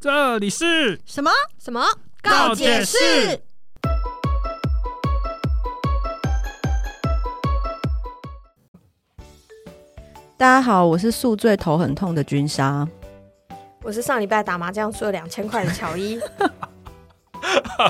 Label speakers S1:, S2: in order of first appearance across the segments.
S1: 这里是
S2: 什么？
S3: 什么？
S1: 告解室
S2: 大家好，我是宿醉头很痛的君莎。
S3: 我是上礼拜打麻将输了两千块的乔伊。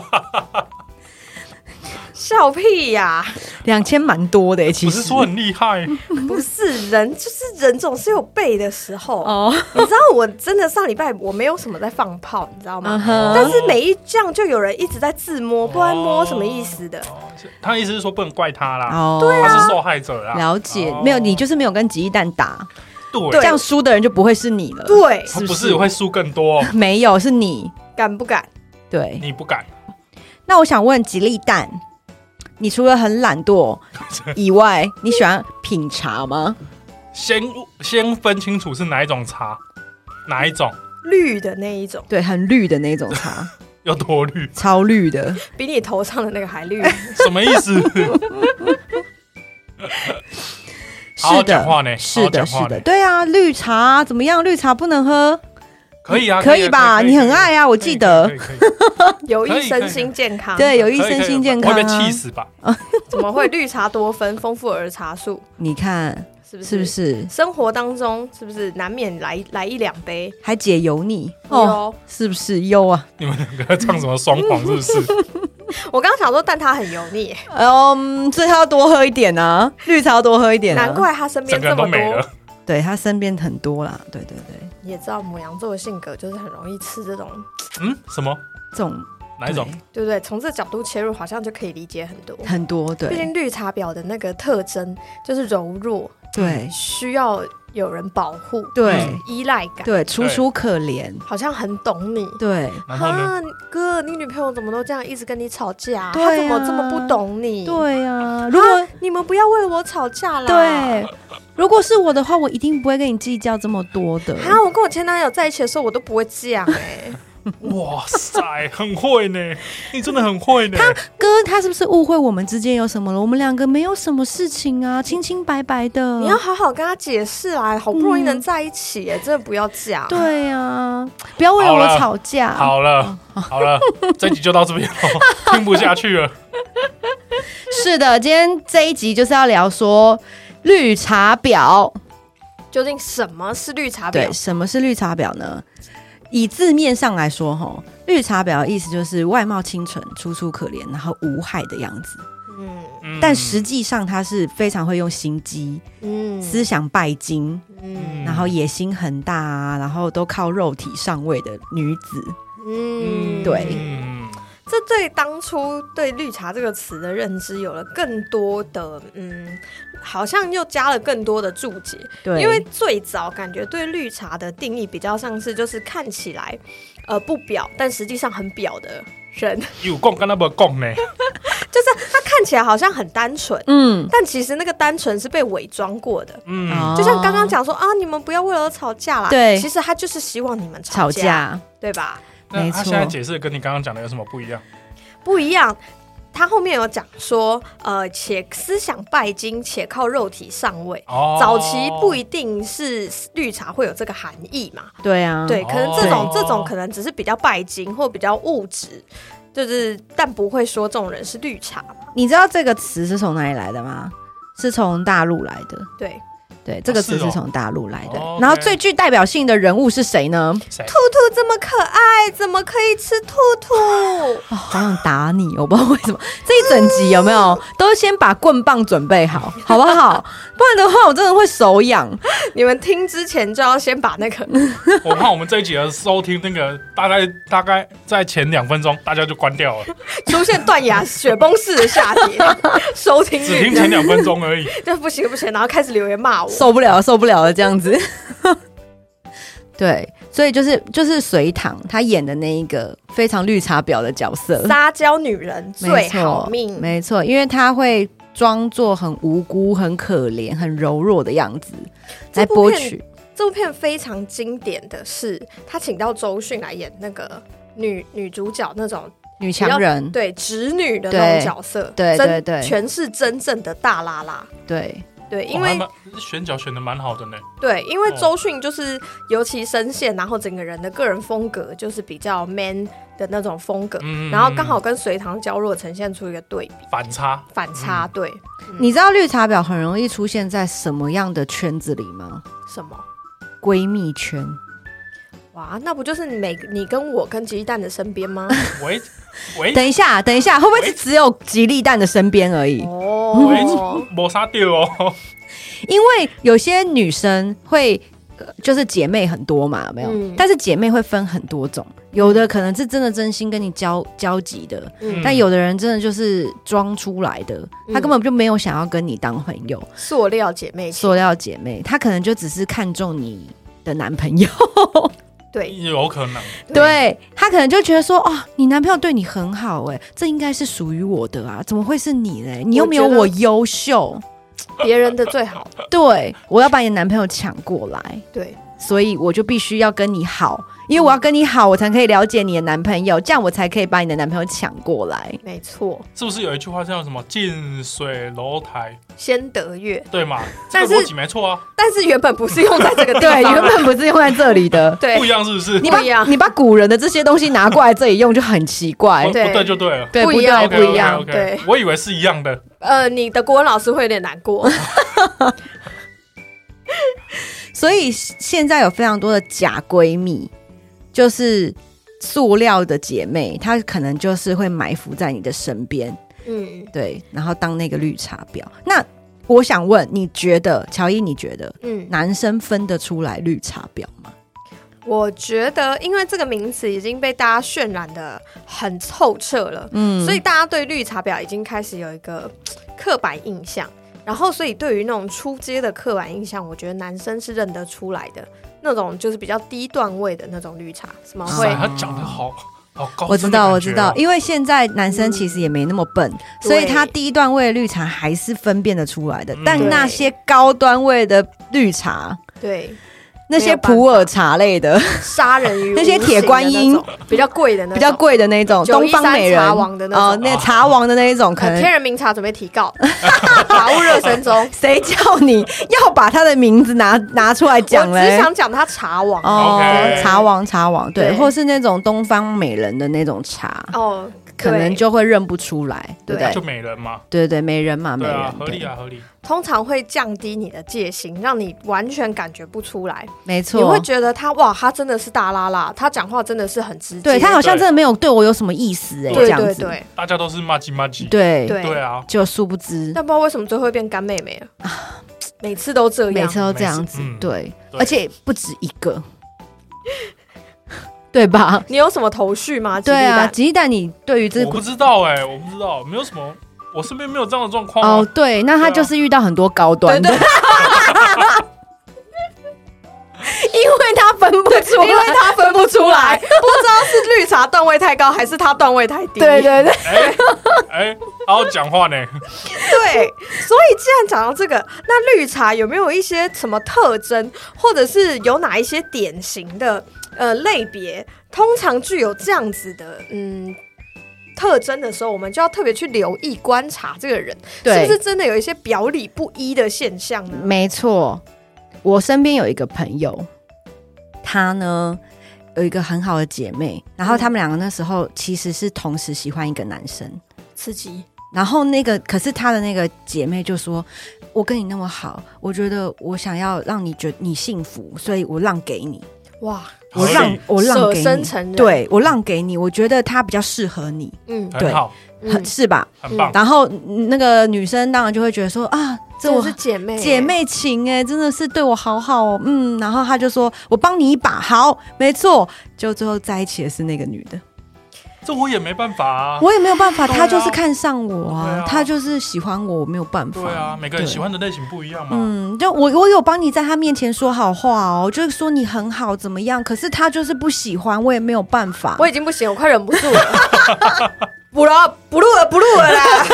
S3: 笑屁呀、
S2: 两千蛮多的、欸，其
S4: 不
S2: 实
S4: 是说很厉 害，
S3: 不是人，就是人总是有背的时候。
S2: 哦，
S3: 你知道我真的上礼拜我没有什么在放炮，你知道
S2: 嗯
S3: 吗？
S2: 哼
S3: 但是每一仗就有人一直在自
S2: 哦
S3: 摸，不然摸什么意思的？
S4: 哦是他的意思是说不能怪他啦，
S2: 哦，
S4: 他是受害者啦。
S2: 了解，
S4: 哦
S2: 没有你就是没有跟吉一蛋打，
S4: 对
S2: 这，样输的人就不会是你了。
S3: 对，
S4: 他
S2: 是不
S4: 不
S2: 是
S4: 是会输更多，
S2: 没有是你。
S3: 敢不敢？
S2: 对，
S4: 你不敢。
S2: 那我想问吉利蛋，你除了很懒 惰以外，你喜欢品茶吗？
S4: 先先分清楚是哪一种茶，哪一种
S3: 绿的那一种，
S2: 对，很绿的那种茶，
S4: 有多绿，
S2: 超绿的。
S3: 比你头上的那个 还绿。
S4: 什么意思？好好
S2: 是
S4: 讲
S2: 的，
S4: 话呢，好
S2: 是
S4: 好
S2: 的，
S4: 讲
S2: 是
S4: 话
S2: 的，
S4: 呢，
S2: 对啊，绿茶怎么样？绿茶不能喝，
S4: 可以啊，
S2: 可
S4: 以
S2: 以
S4: 啊
S2: 吧？你很，
S4: 可以
S2: 爱啊，我
S4: 我
S2: 记得。
S3: 有益
S4: 可以可
S3: 身
S4: 以
S3: 心健康。
S2: 对，有益身心健康
S4: 会被
S2: 啊
S4: 气！死吧？
S3: 怎么会绿茶多酚，丰富儿茶素？
S2: 你看
S3: 是不是？
S2: 是不是
S3: 生活当中是不是难免来来一两杯？
S2: 还解油腻哦？
S3: 哦，
S2: 是不是优啊？
S4: 你们两个在唱什么双簧？是不是？
S3: 我刚刚想说，但它很油腻，
S2: 嗯，所以他要多喝一点啊，绿茶要多喝一点、啊。
S3: 难，怪他身边
S4: 整个
S3: 这
S4: 人都
S3: 么
S4: 没
S3: 多。
S4: 了。
S2: 对他身边很多啦，对对对，
S3: 你也知道母羊座的性格就是很容易吃这种，
S4: 嗯，什么？
S2: 这种
S4: 哪一种？
S3: 对不对？从这角度切入，好像就可以理解很多
S2: 对。很多，
S3: 毕
S2: 对
S3: 竟绿茶婊的那个特征就是柔弱，
S2: 对
S3: 需要有人保护，
S2: 对
S3: 依赖感，
S2: 对，楚楚可怜，
S3: 好像很懂你。
S2: 对
S4: 然后呢？
S3: 啊，哥，你女朋友怎么都这样，一直跟你吵架、
S2: 对啊
S3: 她怎么这么不懂你？
S2: 对啊。如果
S3: 你们不要为了我吵架啦！
S2: 对，如果是我的话，我一定不会跟你计较这么多 的。
S3: 啊，我跟我前男友在一起的时候，我都不会这 样哎、
S4: 哇塞，很会呢！你真的很会呢。
S2: 哥，他是不是误会我们之间有什么了？我们两个没有什么事情啊，清清白白的。
S3: 你要好好跟他解释啊，好不容易能在一起哎、真的不要这样。
S2: 对啊，不要为了
S4: 好
S2: 我
S4: 了
S2: 吵架。
S4: 好了，
S3: 嗯
S4: 好了，这集就到这边 了，听不下去了。
S2: 是的，今天这一集就是要聊说绿茶婊。
S3: 究竟什么是绿茶
S2: 对，
S3: 婊？
S2: 什么是绿茶婊呢？以字面上来说，哈，绿茶婊的意思就是外貌清纯、楚楚可怜，然后无害的样子。
S3: 嗯
S4: 嗯
S2: 但实际上，她是非常会用心机、
S3: 嗯
S2: 思想拜金，
S3: 嗯
S4: 嗯
S2: 然后野心很大啊，然后都靠肉体上位的女子。
S3: 嗯，
S2: 对
S4: 嗯，
S3: 这对当初对“绿茶”这个词的认知有了更多的嗯，好像又加了更多的注解。
S2: 对，
S3: 因为最早感觉对绿茶的定义比较像是就是看起来呃不表，但实际上很表的人，
S4: 有供跟他不供呢？
S3: 他看起来好像很单纯，
S2: 嗯，
S3: 但其实那个单纯是被伪装过的。
S4: 嗯，
S2: 哦
S3: 就像刚刚讲说啊，你们不要为了我吵架啦。
S2: 对
S3: 其实他就是希望你们
S2: 吵
S3: 吵架，
S2: 架，
S3: 对吧？
S4: 那
S2: 没
S4: 他
S2: 错
S4: 现在解释跟你刚刚讲的有什么不一样？
S3: 不一样。他后面有讲说，呃，且思想拜金，且靠肉体上位。
S4: 哦，
S3: 早期不一定是绿茶会有这个含义嘛，
S2: 对啊，
S3: 对，可能这
S2: 对
S3: 种这种可能只是比较拜金或比较物质，就是但不会说这种人是绿茶嘛。
S2: 你知道这个词是从哪里来的吗？是从大陆来的。
S3: 对，
S2: 对，这个词
S4: 是哦
S2: 是从大陆来的。
S4: 哦，OK
S2: 然后最具代表性的人物是谁呢？
S4: 谁
S3: 兔兔这么可爱，怎么可以吃兔兔？
S2: 哦，好想打你，我不知道为什么 这一整集有没有都先把棍棒准备好，好不好？ 不然的话，我真的会手痒。
S3: 你们听之前就要先把那个
S4: 我怕我们这一集的收听那个大概大概在前两分钟大家就关 掉了，
S3: 出现断崖雪崩式的下跌 收听
S4: 只听
S3: 率
S4: 前两分钟而已。
S3: 就不行不行，然后开始留 言骂我。
S2: 受不了，受不了了，这样子。 对，所以就是就是隋唐他演的那一个非常绿茶婊的角色，
S3: 撒娇女人最
S2: 没
S3: 好
S2: 错，
S3: 命，
S2: 没错，因为他会装作很无辜、很可怜、很柔弱的样子来
S3: 这部
S2: 博
S3: 片
S2: 取。
S3: 这部片非常经典的是，他请到周迅来演那个女女主角那种
S2: 女强人，
S3: 对直女的那种角色，
S2: 对对
S3: 真
S2: 对对
S3: 全是真正的大拉拉。
S2: 对，
S3: 对，因
S4: 哦还
S3: 为
S4: 蛮选角选的蛮好的呢。
S3: 对，因为
S4: 哦
S3: 周迅就是尤其声线，然后整个人的个人风格就是比较 man 的那种风格，
S4: 嗯，
S3: 然后刚好跟隋唐娇弱呈现出一个对比
S4: 反差，
S3: 反差。对，
S2: 你知道绿茶婊很容易出现在什么样的圈子里吗？
S3: 什么？
S2: 闺蜜圈。
S4: 嗯
S3: 哇，那不就是你每你跟我跟吉利蛋的身 边吗？
S4: 喂喂
S2: 等一下，等一下，会不会是只有吉利蛋的身边而已？
S4: 喂
S3: 哦，，
S4: 抹杀掉 哦，
S2: 因为有些女生会。呃就是姐妹很多嘛，有没有？
S3: 嗯
S2: 但是姐妹会分很多种，有的可能是真的真心跟你交交集的，
S3: 嗯
S2: 但有的人真的就是装出来的，她根本就没有想要跟你当朋友，
S3: 塑料姐妹情，
S2: 塑料姐妹，她可能就只是看中你的男朋 友，
S3: 对，
S4: 有可能。
S2: 对她可能就觉得说，哦，你男朋友对你很好、哎，这应该是属于我的啊，怎么会是你嘞？你又没有
S3: 我觉得
S2: 我优秀，
S3: 别人的最好，
S2: 对我要把你的男朋友抢过来。
S3: 对，
S2: 所以我就必须要跟你好，因为我要跟你好，我才可以了解你的男朋友，这样我才可以把你的男朋友抢过来。
S3: 没错，
S4: 是不是有一句话叫什么“近水楼台
S3: 先得月”，，
S4: 对嘛？这
S3: 但
S4: 个
S3: 是
S4: 逻辑没错啊，
S3: 但是原本不是用在这个地
S2: 对，
S3: 方
S2: 原
S3: 啊，，
S2: 本不是用在这里的
S3: 对
S4: 不一样是不 是？哦
S2: 你把
S3: 不一样
S2: 你把古人的这些东西拿过来这里用就很奇怪
S4: 不不，
S3: 对
S4: 哦对就对了。
S2: 哎对，
S3: 不
S2: 不
S3: 一
S2: 对，
S3: 样
S4: OK，
S2: 不一样。
S4: OK，OK
S3: 对
S4: 我以为是一样的。
S3: 呃，你的国文老师会有点难过，
S2: 所以现在有非常多的假闺蜜，就是塑料的姐妹，她可能就是会埋伏在你的身边，
S3: 嗯。
S2: 对，然后当那个绿茶婊。那我想问，你觉得乔伊，你觉得
S3: 嗯，
S2: 男生分得出来绿茶婊吗？
S3: 我觉得，因为这个名词已经被大家渲染的很透彻了，
S2: 嗯
S3: 所以大家对绿茶婊已经开始有一个嘖刻板印象。然后，所以对于那种出街的刻板印象，我觉得男生是认得出来的。那种就是比较低段位的那种绿茶，什么
S2: 哦
S4: 哇塞
S3: 会
S2: 啊
S4: 他讲的好好高
S2: 我知
S4: 深的
S2: 道，
S4: 感
S2: 我
S4: 觉
S2: 知道
S4: 哦，
S2: 因为现在男生其实也没那么笨，
S3: 对
S2: 所以他低段位的绿茶还是分辨得出来的。
S4: 嗯
S2: 但那些高端位的绿茶，
S3: 对
S2: 那些普洱茶类的，
S3: 杀人于
S2: 那些铁观音
S3: 无形的那种比较贵的那种，
S2: 比较 贵的那种，东
S3: 913
S2: 方美人
S3: 茶王的那种
S2: 哦那茶王的那一种，可
S3: 呃。
S2: 能
S3: 天人名茶准备提告，法务热身中。
S2: 谁叫你要把他的名字拿拿出来讲
S3: 我只
S2: 嘞？
S3: 想讲他茶王哦
S4: OK
S2: 茶王茶王，对，
S3: 对
S2: 或是那种东方美人的那种茶，可能
S3: 哦对
S2: 就会认不出来，对不
S3: 对
S2: 对？
S4: 就美人嘛，
S2: 对对对，美人嘛，美
S4: 对啊
S2: 人，，
S4: 合理
S2: 对
S4: 啊，合理。
S3: 通常会降低你的戒心，让你完全感觉不出来。
S2: 没
S3: 你
S2: 错
S3: 会。觉得他哇，他真的是大拉拉，他讲话真的是很直接。
S2: 对他好像
S4: 对
S2: 真的没有对我有什么意思哎、
S3: 对
S2: 这
S3: 对
S2: 样
S3: 对
S2: 子，
S3: 对
S4: 大家都是骂鸡骂鸡，
S2: 对
S3: 对
S4: 对啊，
S2: 就殊不知
S3: 但不知道为什么最后会变干妹妹了，
S2: 啊
S3: 每次都这
S2: 每
S3: 样
S2: 次。都这样子
S4: 每次，嗯
S2: 对，
S4: 对
S2: 而且不止一个， 对吧？
S3: 你有什么头绪吗？
S2: 对啊，
S3: 吉
S2: 吉利蛋，你对于这
S4: 我
S2: 个
S4: 不知道哎，我不知道，没有什么，我身边没有这样的状况啊
S2: 哦，对，那他
S4: 对啊
S2: 就是遇到很多高
S3: 利
S2: 端
S3: 蛋
S2: 的，
S3: 对对，
S2: 因为他分不出
S3: 因为他分 不出来， 不知道是绿茶段位太高还是他段位太低。
S2: 对对对，
S4: 哎哎，好好讲话呢，
S3: 对，所以既然讲到这个，那绿茶有没有一些什么特征，或者是有哪一些典型的呃类别，通常具有这样子的嗯特征的时候，我们就要特别去留意观察这个人是
S2: 对
S3: 不是真的有一些表里不一的现象呢？
S2: 没错。我身边有一个朋友，她呢有一个很好的姐妹，然后他们两个那时候其实是同时喜欢一个男生，
S3: 刺激，
S2: 然后那个，可是她的那个姐妹就说：“我跟你那么好，我觉得我想要让你觉你幸福，所以我让给你，
S3: 哇，
S4: 合
S2: 我
S4: 理
S2: 让我让
S3: 舍
S2: 给
S3: 身
S2: 你，
S3: 成人，，
S2: 对我让给你，我觉得他比较适合你，
S3: 嗯，
S4: 很好，
S2: 很
S3: 嗯，
S2: 是吧？
S4: 很棒。
S2: 然后嗯那个女生当然就会觉得说啊，这
S3: 这
S2: 我
S3: 是姐妹
S2: 姐。妹情哎、真的是对我好好哦，嗯，然后她就说我帮你一把，好，没错，就最后在一起的是那个女的，
S4: 这我也没办法啊，
S2: 我也没有办法，
S4: 对啊
S2: 她就是看上我
S4: 对啊，
S2: 啊她就是喜欢我，我没有办法，
S4: 对啊，每个人
S2: 对
S4: 喜欢的类型不一样嘛，
S2: 嗯，就我我有帮你在他面前说好话哦，就是说你很好怎么样，可是他就是不喜欢，我也没有办法。
S3: 我已经不行，我快忍不住了。 不了，不录了，不录了啦！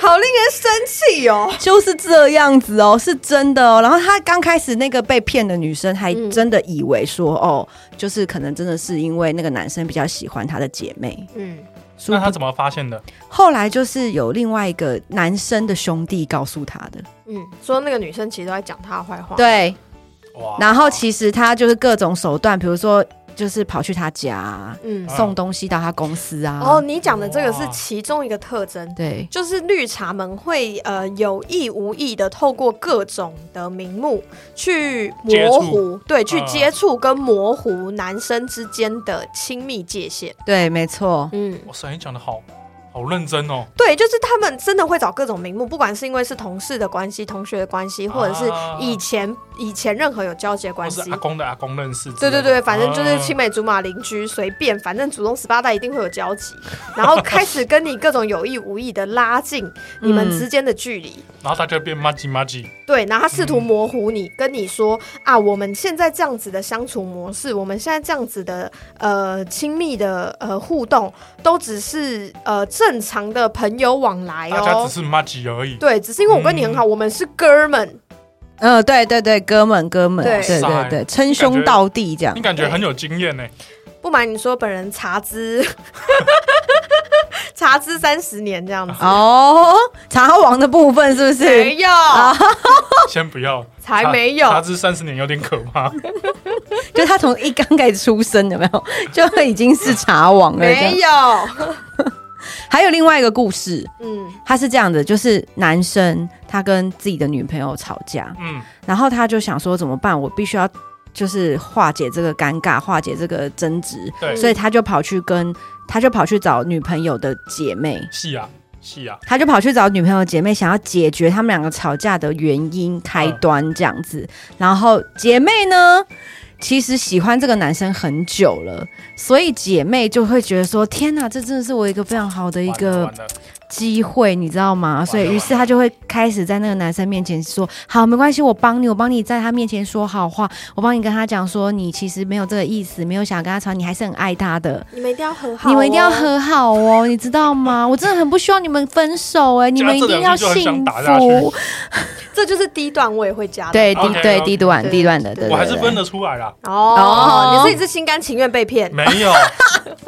S3: 好令人生气哦。
S2: 就是这样子哦，是真的哦。然后他刚开始那个被骗的女生还
S3: 嗯
S2: 真的以为说、哦，就是可能真的是因为那个男生比较喜欢她的姐妹，
S3: 嗯，
S2: 殊
S4: 那
S2: 不
S4: 他怎么发现的？
S2: 后来就是有另外一个男生的兄弟告诉他的，
S3: 嗯，说那个女生其实都在讲他的坏话，，
S2: 对。
S4: 哇
S2: 然后其实他就是各种手段，比如说就是跑去他家啊、
S3: 嗯，
S4: 啊
S2: 送东西到他公司啊，
S3: 哦，你讲的这个是
S4: 哇
S3: 其中一个特征。
S2: 对
S3: 就是绿茶们会呃有意无意的透过各种的名目去模
S4: 接
S3: 糊，对，去
S4: 啊
S3: 接触跟模糊男生之间的亲密界限。
S2: 对，没错，
S3: 嗯，
S4: 哇塞，你讲的好好认真哦，
S3: 对，就是他们真的会找各种名目，不管是因为是同事的关系、同学的关系，或者是
S4: 啊
S3: 以前以前任何有交集的
S4: 我
S3: 关
S4: 是
S3: 系
S4: 阿。公的阿公认识之
S3: 对
S4: 类
S3: 对
S4: 的，
S3: 对，反正就是
S4: 啊
S3: 青梅竹马、邻居，随便，反正祖宗十八代一定会有交集，然后开始跟你各种有意无意的拉近 你们
S2: 嗯
S3: 之间的距离。
S4: 然后他就变麻吉麻吉，
S3: 对，然后他试图模糊你，跟你说啊，我们现在这样子的相处模式，我们现在这样子的呃亲密的呃互动，都只是呃正常的朋友往来
S4: 大家
S3: 哦
S4: 只。是嗯麻吉而已。
S3: 对，只是因为我跟你很好，我们是哥们，
S2: 嗯、对对对，哥们哥们，
S3: 对
S2: 对对
S4: 哇塞
S2: 对称兄道弟这样
S4: 你，感觉很有经验呢，
S3: 不瞒你说，本人茶资 茶资三十年这样子，
S2: 哦，茶王的部分是不
S3: 没
S2: 是？
S3: 有，
S4: 先不要，
S3: 才没有
S4: 他。是三十年有点可 怕，
S2: 就他从一刚开始出生有没有， 就已经是茶王了这样
S3: 没。有，
S2: 还有另外一个故事，
S3: 嗯，
S2: 他是这样的，就是男生他跟自己的女朋友吵架，
S4: 嗯，
S2: 然后他就想说怎么办？我必须要就是化解这个尴尬，化解这个争执，
S4: 对
S2: 所以他就跑去跟他就跑去找女朋友的姐妹，
S4: 是啊是啊，
S2: 他就跑去找女朋友的姐妹，想要解决他们两个吵架的原因开端这样子。然后姐妹呢？其实喜欢这个男生很久了，所以姐妹就会觉得说：“天哪，这真的是我一个非常好的一
S4: 完了
S2: 个
S4: 完了
S2: 机会，你知道吗？所以
S4: 完
S2: 于
S4: 了
S2: 是他就会开始在那个男生面前说：“好，没关系，我帮你，我帮你在他面前说好话，我帮你跟他讲说，你其实没有这个意思，没有想跟他吵，你还是很爱他的，
S3: 你们一定要和好、
S2: 你们一定要。和好 哦，你知道吗？我真的很不希望你们分手哎、你们一定要幸
S4: 这两句就很想
S2: 福。
S3: 这就是低段位会加的。
S2: 对低
S4: OK，OK
S2: 对低段
S3: 对
S2: 低段的，对
S4: 我还是分
S2: 了。
S4: 得出来啦，
S3: 哦
S2: 哦，
S3: 你是一直心甘情愿被骗。
S4: 没 有，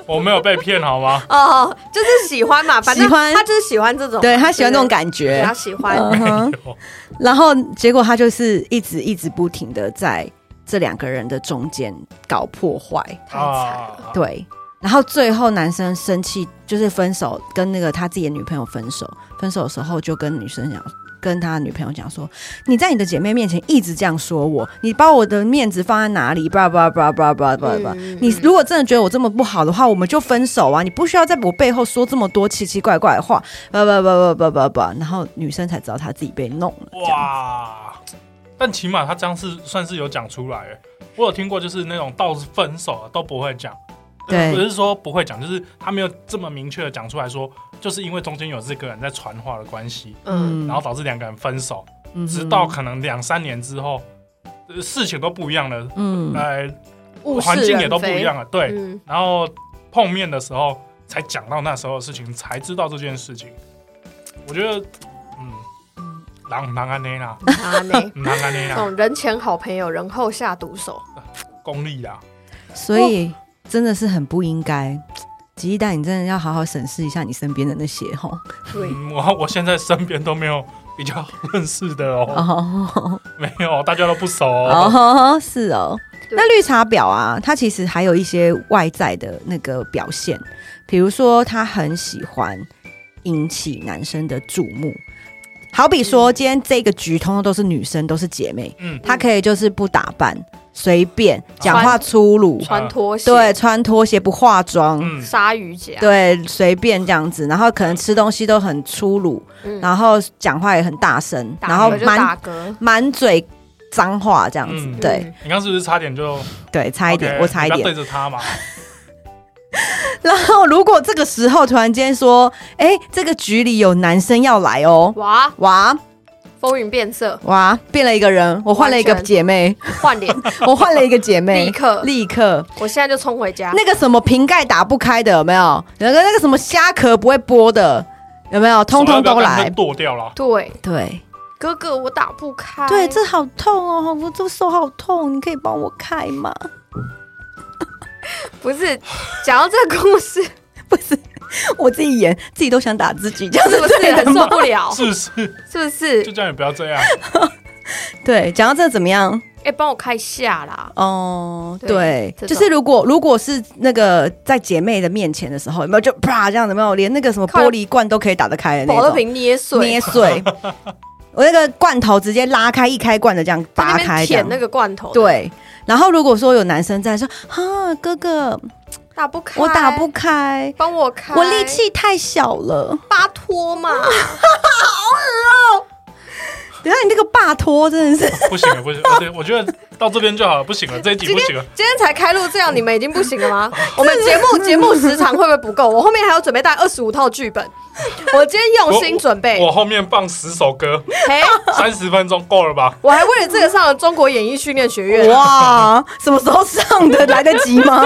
S4: 我没有被骗好吗？
S3: 哦，就是喜欢嘛，反正
S2: 喜欢
S3: 他就是喜欢这种，
S2: 对他喜欢这种
S3: 觉，
S2: 感
S3: 对
S2: 觉
S3: 他，喜欢。
S2: 嗯哼，
S4: 有
S2: 然后结果他就是一直一直不停的在这两个人的中间搞破坏，
S3: 太惨了，
S4: 啊
S2: 对，然后最后男生生气，就是分手，跟那个他自己的女朋友分手。分手的时候就跟女生讲，跟他女朋友讲说：“你在你的姐妹面前一直这样说我，你把我的面子放在哪里？叭叭叭叭叭叭叭。
S3: 嗯
S2: 你如果真的觉得我这么不好的话，我们就分手啊！你不需要在我背后说这么多奇奇怪怪的话，叭叭叭叭叭叭叭。然后女生才知道她自己被弄了。这样
S4: 哇！但起码他这样是算是有讲出来耶，我有听过，就是那种到分手了都不会讲，
S2: 对
S3: 哎
S4: 不是说不会讲，就是他没有这么明确的讲出来说，就是因为中间有这个人在传话的关系，
S3: 嗯，
S4: 然后导致两个人分手，
S2: 嗯
S4: 直到可能两三年之后，呃事情都不一样了，
S2: 嗯，
S4: 呃，
S3: 物是
S4: 环境也
S3: 人
S4: 都不一样
S3: 非。
S4: 了，对，
S3: 嗯，
S4: 然后碰面的时候才讲到那时候的事情，才知道这件事情。我觉得，嗯，狼狼安内 啦，
S3: 啊呢
S4: 狼安内
S3: 这
S4: 啦，
S3: 种人前好朋友，人后下毒手。
S4: 功利啦，
S2: 所以真的是很不应该。吉一蛋，你真的要好好审视一下你身边的那些吼。
S3: 对，
S4: 嗯，我我现在身边都没有比较认识的哦，
S2: 哦
S4: 没有，大家都不熟哦。
S2: 哦，是哦。
S3: 对
S2: 那绿茶婊啊，它其实还有一些外在的那个表现，比如说她很喜欢引起男生的注目。好比
S3: 嗯
S2: 说，今天这个局通通都是女生，都是姐妹，
S4: 嗯，
S2: 她可以就是不打扮，随便讲话粗鲁，
S3: 穿拖鞋，
S2: 对，，穿拖鞋不化妆，
S4: 嗯，
S3: 鲨鱼夹，
S2: 对，随便这样子，然后可能吃东西都很粗鲁，
S3: 嗯
S2: 然后讲话也很大声，
S3: 打嗝
S2: 然后
S3: 就
S2: 满
S3: 打嗝，
S2: 满嘴脏话这样子，
S4: 嗯
S2: 对。
S4: 你刚是不是差点就
S2: 对，差一点
S4: OK，
S2: 我差一
S4: 你不要
S2: 点。
S4: 对着他嘛？
S2: 然后如果这个时候突然间说，哎，这个局里有男生要来哦
S3: 嗯，，哇，
S2: 哇
S3: 风云变色，
S2: 哇，变了一个人，我换了一个
S3: 完全
S2: 姐妹，
S3: 换脸，
S2: 我换了一个姐妹，
S3: 立刻，
S2: 立刻，
S3: 我现在就冲回家。
S2: 那个什么瓶盖打不开的有没有？那个那个什么虾壳不会剥的有没有？通通
S4: 手
S2: 都
S4: 要不要跟他
S2: 来。
S4: 剁掉了。
S3: 对，
S2: 对
S3: 哥哥，我打不开。
S2: 对，这好痛哦，我这手好痛，你可以帮我开吗？
S3: 不是讲到这个故事，
S2: 不是，我自己演，自己都想打自己，这样
S3: 是
S2: 子
S3: 不是
S2: 对的
S3: 很
S2: 吗
S3: 受不了？
S4: 是不是？
S3: 是不是
S4: 就？叫你不要这样。
S2: 对，讲到这怎么样？
S3: 哎、帮我开下啦！
S2: 哦，
S3: 对
S2: 对，
S3: 这种
S2: 就是如果如果是那个在姐妹的面前的时候，有没有就啪这样子？有没有连那个什么
S3: 靠
S2: 玻璃罐都可以打得开的
S3: 保
S2: 那
S3: 乐
S2: 种，
S3: 瓶捏碎，
S2: 捏 碎。我那个罐头直接拉开，一开罐的这样
S3: 在那
S2: 拔
S3: 边
S2: 开这样
S3: 舔那个罐头，，
S2: 对，然后如果说有男生在说哈哥哥，
S3: 打不开，
S2: 我打不，开，
S3: 帮我开，
S2: 我力气太小了。
S3: 巴托 嘛，
S2: 等一下你那个霸托真的 是，
S4: 不行了，不行了，对，我觉得到这边就好了，不行了，这一集不行了，
S3: 今天才开录这样，你们已经不行 了吗？我们节目节目时长会不会不够？我后面还要准备带二十五套剧本，我今天用心准备
S4: 我。后面放十首 歌，
S3: 哎、
S4: 三十分钟够了吧？
S3: 我还为了这个上了中国演艺训练学院。
S2: 哇，什么时候上的？来得及 吗？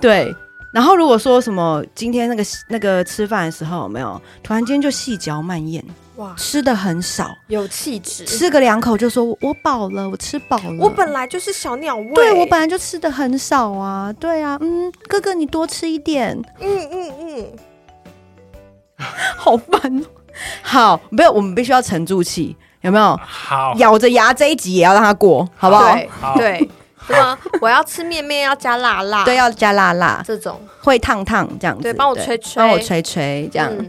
S2: 对。然后如果说什么今天那个那个吃饭的时候有没有突然间就细嚼慢咽，
S3: 哇，
S2: 吃的很少，
S3: 有气质！
S2: 吃个两口就说我饱了，我吃饱了。
S3: 我本来就是小鸟胃，
S2: 对我本来就吃的很少啊，对啊，嗯，哥哥你多吃一点，
S3: 嗯嗯嗯，
S2: 好烦、哦。好，没有，我们必须要沉住气，有没有？
S4: 好，
S2: 咬着牙这一集也要让它过，好不好？
S3: 对
S4: 好
S3: 对，对吗？我要吃面面，要加辣辣，
S2: 对，啊要加辣辣，
S3: 这种
S2: 会烫烫这样子。
S3: 对帮我吹吹
S2: 帮我吹吹这样。
S3: 嗯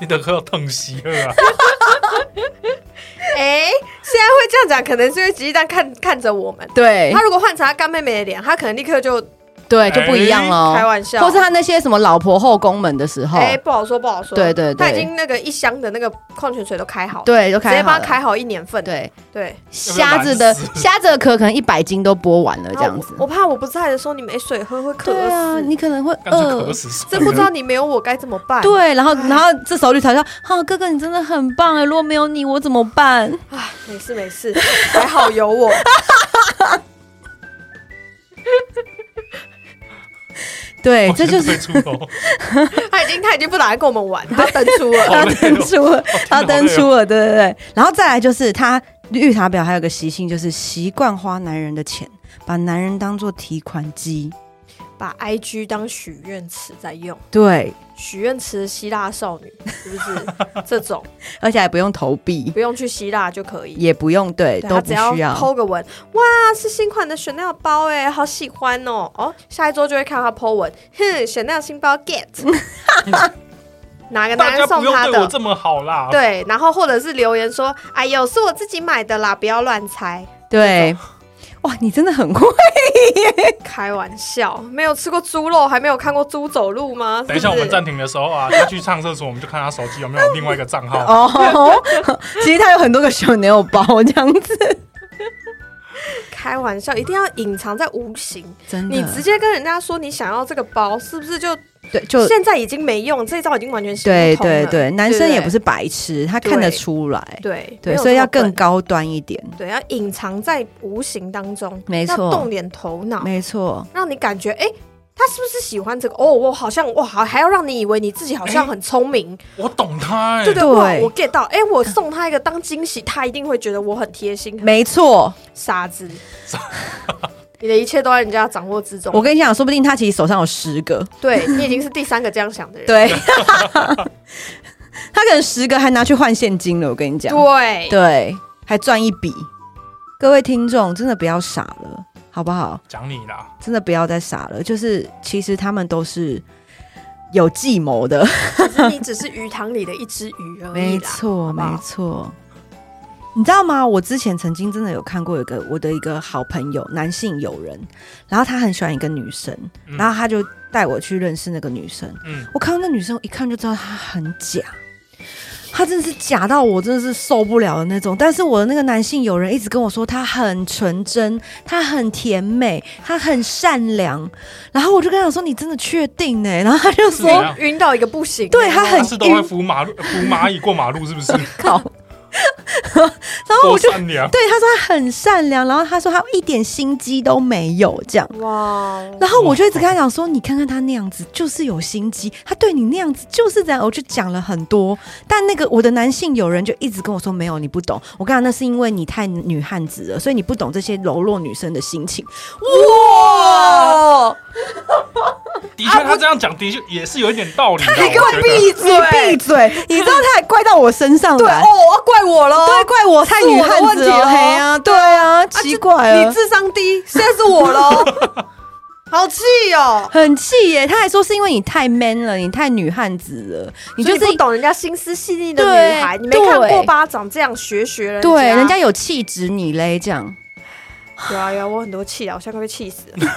S4: 你的歌要疼惜 了啊，
S3: 哎、现在会这样讲，可能是因为吉吉蛋看看着我们。
S2: 对
S3: 他如果换成他干妹妹的脸，他可能立刻就
S2: 对，就不一样了。
S4: 哎
S3: 开玩笑，
S2: 哦或是他那些什么老婆后宫们的时候，
S3: 哎、不好说，不好说。
S2: 对对对
S3: 他已经那个一箱的那个矿泉水都开好了，
S2: 对，都
S3: 直
S2: 开
S3: 接帮
S2: 好
S3: 他
S2: 了
S3: 开好一年份。
S2: 对，
S3: 对，
S2: 虾子的
S4: 要不然懒死
S2: 虾子的壳可能一百斤都剥完了这
S3: 然后
S2: 样子
S3: 哦我。我怕我不在的时候你没水喝会渴死，
S2: 对啊，你可能会
S4: 干脆渴
S2: 饿。
S4: 死算了
S3: 真不知道你没有我该怎么办。
S2: 对，然后然后这时候绿茶说：“哈、啊哥哥，你真的很棒哎，如果没有你，我怎么办
S3: 唉，没事没事，还好有我。？”
S2: 对，
S4: 我
S2: 这
S4: 先
S2: 就是
S4: 退出 头，
S3: 他已经他已经不打算跟我们玩，他登出了。
S4: 好
S2: 他
S4: 累哦
S2: 登出了，他
S4: 好累哦
S2: 登出了，对对对。然后再来就是他绿茶婊还有个习性，就是习惯花男人的钱，把男人当做提款机。
S3: 把 IG 当许愿池在用，
S2: 对，
S3: 许愿池希腊少女是不 是这种？
S2: 而且还不用投币，
S3: 不用去希腊就可以。
S2: 也不用对，
S3: 对
S2: 都
S3: 他
S2: 不
S3: 只要
S2: 需要。
S3: 抛个文，哇，是新款的 Chanel 包哎，好喜欢哦！哦，下一周就会看到他 Po 文，哼，Chanel 新包 get，哪个
S4: 大
S3: 男
S4: 家
S3: 人
S4: 不
S3: 送
S4: 用
S3: 他
S4: 对我
S3: 的？
S4: 这么好啦，
S3: 对，然后或者是留言说，哎呦，是我自己买的啦，不要乱猜，
S2: 对，哇，你真的很会。
S3: 开玩笑，没有吃过猪肉，还没有看过猪走路吗？
S4: 等一下
S3: 是
S4: 我
S3: 不是
S4: 们暂停的时候啊，他去上厕所，我们就看他手机有没有另外一个账号。
S2: 哦，其实他有很多个小牛包这样子，
S3: 开玩笑，一定要隐藏在无形。
S2: 真
S3: 你直接跟人家说你想要这个包，是不是就
S2: 对就。
S3: 现在已经没用？这一招已经完全行
S2: 对
S3: 不通
S2: 对
S3: 了
S2: 对，男生也不
S3: 对
S2: 是白痴，他看得
S3: 对
S2: 出来，
S3: 对没
S2: 对，
S3: 有
S2: 所以
S3: 这么
S2: 要更
S3: 笨
S2: 高端一点，
S3: 对，要隐藏在无形当中，
S2: 没错
S3: 要动点头脑，
S2: 没错，
S3: 让你感觉哎。诶他是不是喜欢这个？哦，我好像哇，好还要让你以为你自己好像很聪明，
S4: 我懂他，哎
S3: 对，对哇
S2: 对
S3: 我 get 到，哎，我送他一个当惊喜，他一定会觉得我很贴心。
S2: 没错。
S3: 傻子， 你的一切都在人家掌握之中。
S2: 我跟你讲，说不定他其实手上有十个，
S3: 对你已经是第三个这样想的人。
S2: 对， 他可能十个还拿去换现金了。我跟你讲，
S3: 对
S2: 对，还赚一笔。各位听众，真的不要傻了，好不好？
S4: 讲你啦，
S2: 真的不要再傻了。就是其实他们都是有计谋的，
S3: 可是你只是鱼塘里的一只鱼而已
S2: 没
S3: 啦。
S2: 错，
S3: 好不好
S2: 没错。你知道吗？我之前曾经真的有看过一个我的一个好朋友，男性友人，然后他很喜欢一个女生，
S4: 嗯
S2: 然后他就带我去认识那个女生。
S4: 嗯，
S2: 我看到那女生，我一看就知道她很假，她真的是假到我真的是受不了的那种。但是我的那个男性友人一直跟我说，她很纯真，她很甜美，她很善良。然后我就跟她讲说：“你真的确定呢、然后她就是
S4: 怎
S2: 说
S4: 样
S3: 晕到一个不行。
S2: 对他很
S4: 他是都会扶马路扶蚂蚁过马路，是 不是？：“
S2: 靠。”然后
S4: 多
S2: 我就
S4: 善良，
S2: 对她说：“她很善良。”然后她说：“她一点心机都没有。”这样。
S3: 哇，
S2: 然后我就一直跟他讲说，你看看他那样子就是有心机，他对你那样子就是这样。我就讲了很多，但那个我的男性友人就一直跟我说，没有，你不懂。我跟你讲，那是因为你太女汉子了，所以你不懂这些柔弱女生的心情。哇，
S3: 哦，
S4: 的确他他这样讲的确也是有一点道理的。
S3: 你给
S4: 我
S3: 我
S4: 觉得
S3: 闭
S2: 你闭
S3: 嘴！
S2: 嘴！你知道他还怪到我身上
S3: 对
S2: 来，
S3: 哦，怪我喽！
S2: 对，怪我太女汉
S3: 是我的问
S2: 子
S3: 题
S2: 了，
S3: 哦
S2: 嘿啊，对啊，
S3: 啊
S2: 奇
S3: 这
S2: 怪
S3: 你
S2: 了，
S3: 智商低，现在是我喽， 好气哦！
S2: 很气耶！他还说是因为你太 man 了，你太女汉子了，你就
S3: 所以
S2: 是
S3: 不懂人家心思细腻的
S2: 对
S3: 女孩，你没看过
S2: 对
S3: 吧？长这样学学人家，
S2: 对人家有气质你嘞，这样。
S3: 有啊有啊，我很多气啊，我现在快被气死了。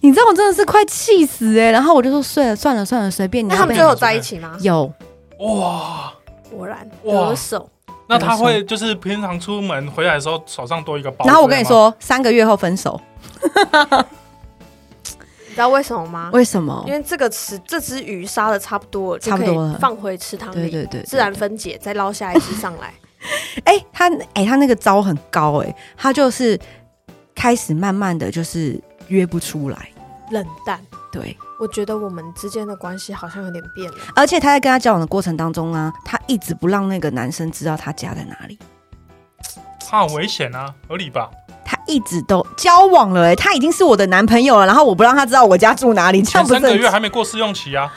S2: 你知道我真的是快气死哎、然后我就说算了算了算了，随便你。
S3: 那他们
S2: 要
S3: 最
S2: 不
S3: 后在一起吗
S2: 然？有
S4: 哇，
S3: 果然
S4: 哇
S3: 得手，
S4: 那他会就是平常出门回来的时候手上多一个包。
S2: 然后我跟你，说，三个月后分手，
S3: 你知道为什么吗？
S2: 为什么
S3: 因？为这个池这只鱼杀的差不多了，就
S2: 差不
S3: 可以
S2: 多了
S3: 放回池塘里，
S2: 对对对，
S3: 自然分解，再捞下一只上来。
S2: 哎、他哎、他那个招很高哎、他就是开始慢慢的就是约不出来，
S3: 冷淡，
S2: 对，
S3: 我觉得我们之间的关系好像有点变了。
S2: 而且他在跟他交往的过程当中啊，他一直不让那个男生知道他家在哪里，
S4: 他很危险啊，合理吧？
S2: 他一直都交往了哎、他已经是我的男朋友了，然后我不让他知道我家住哪里，这
S4: 前
S2: 样不
S4: 三
S2: 是
S4: 个
S2: 很
S4: 月还没过试用期啊，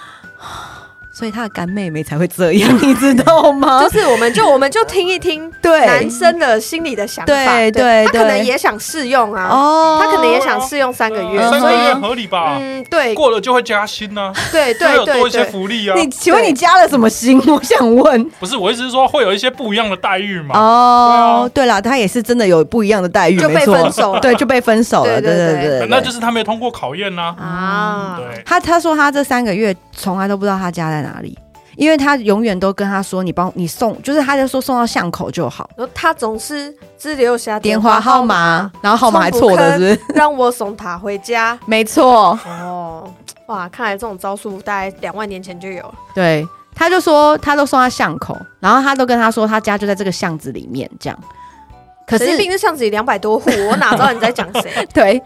S2: 所以他的干妹妹才会这样，你知道 吗
S3: 就？是我们就我们就听一听
S2: 对，
S3: 男生的心里的想法，
S2: 对对
S3: 他可能
S2: 对
S3: 也想试用啊，
S2: 哦
S3: 他可能也想试用三个月，
S4: 哦三
S3: 所
S4: 个
S3: 以
S4: 月合理吧？
S3: 嗯，对
S4: 过了就会加薪呢，
S3: 对
S4: 就会
S3: 对
S4: 有多
S3: 对
S4: 一些
S3: 对，
S4: 福利啊。
S2: 你请问你加了什么心？我想问。
S4: 不是，我意思是说会有一些不一样的待遇嘛。
S2: 哦，对啦，他也是真的有不一样的待遇，
S3: 就被
S2: 没错
S3: 分手了
S2: 对，就被分手了，
S3: 对
S2: 对
S3: 对
S2: 对
S3: 对
S2: 对，
S4: 那就是他没有通过考验呐。
S3: 啊，
S4: 嗯对，
S2: 他他说他这三个月从来都不知道他家在哪里，因为他永远都跟他说你帮你送，就是他就说送到巷口就好，
S3: 然后他总是只留下
S2: 电话号码，然后号码还错的，是不是？
S3: 让我送他回家。
S2: 没错，
S4: 嗯
S3: 哦，哇，看来这种招数大概两万年前就有了。
S2: 对，他就说他都送到巷口，然后他都跟他说他家就在这个巷子里面这样，可
S3: 可
S2: 是
S3: 是毕竟巷子里两百多户，我哪知道你在讲谁？
S2: 对，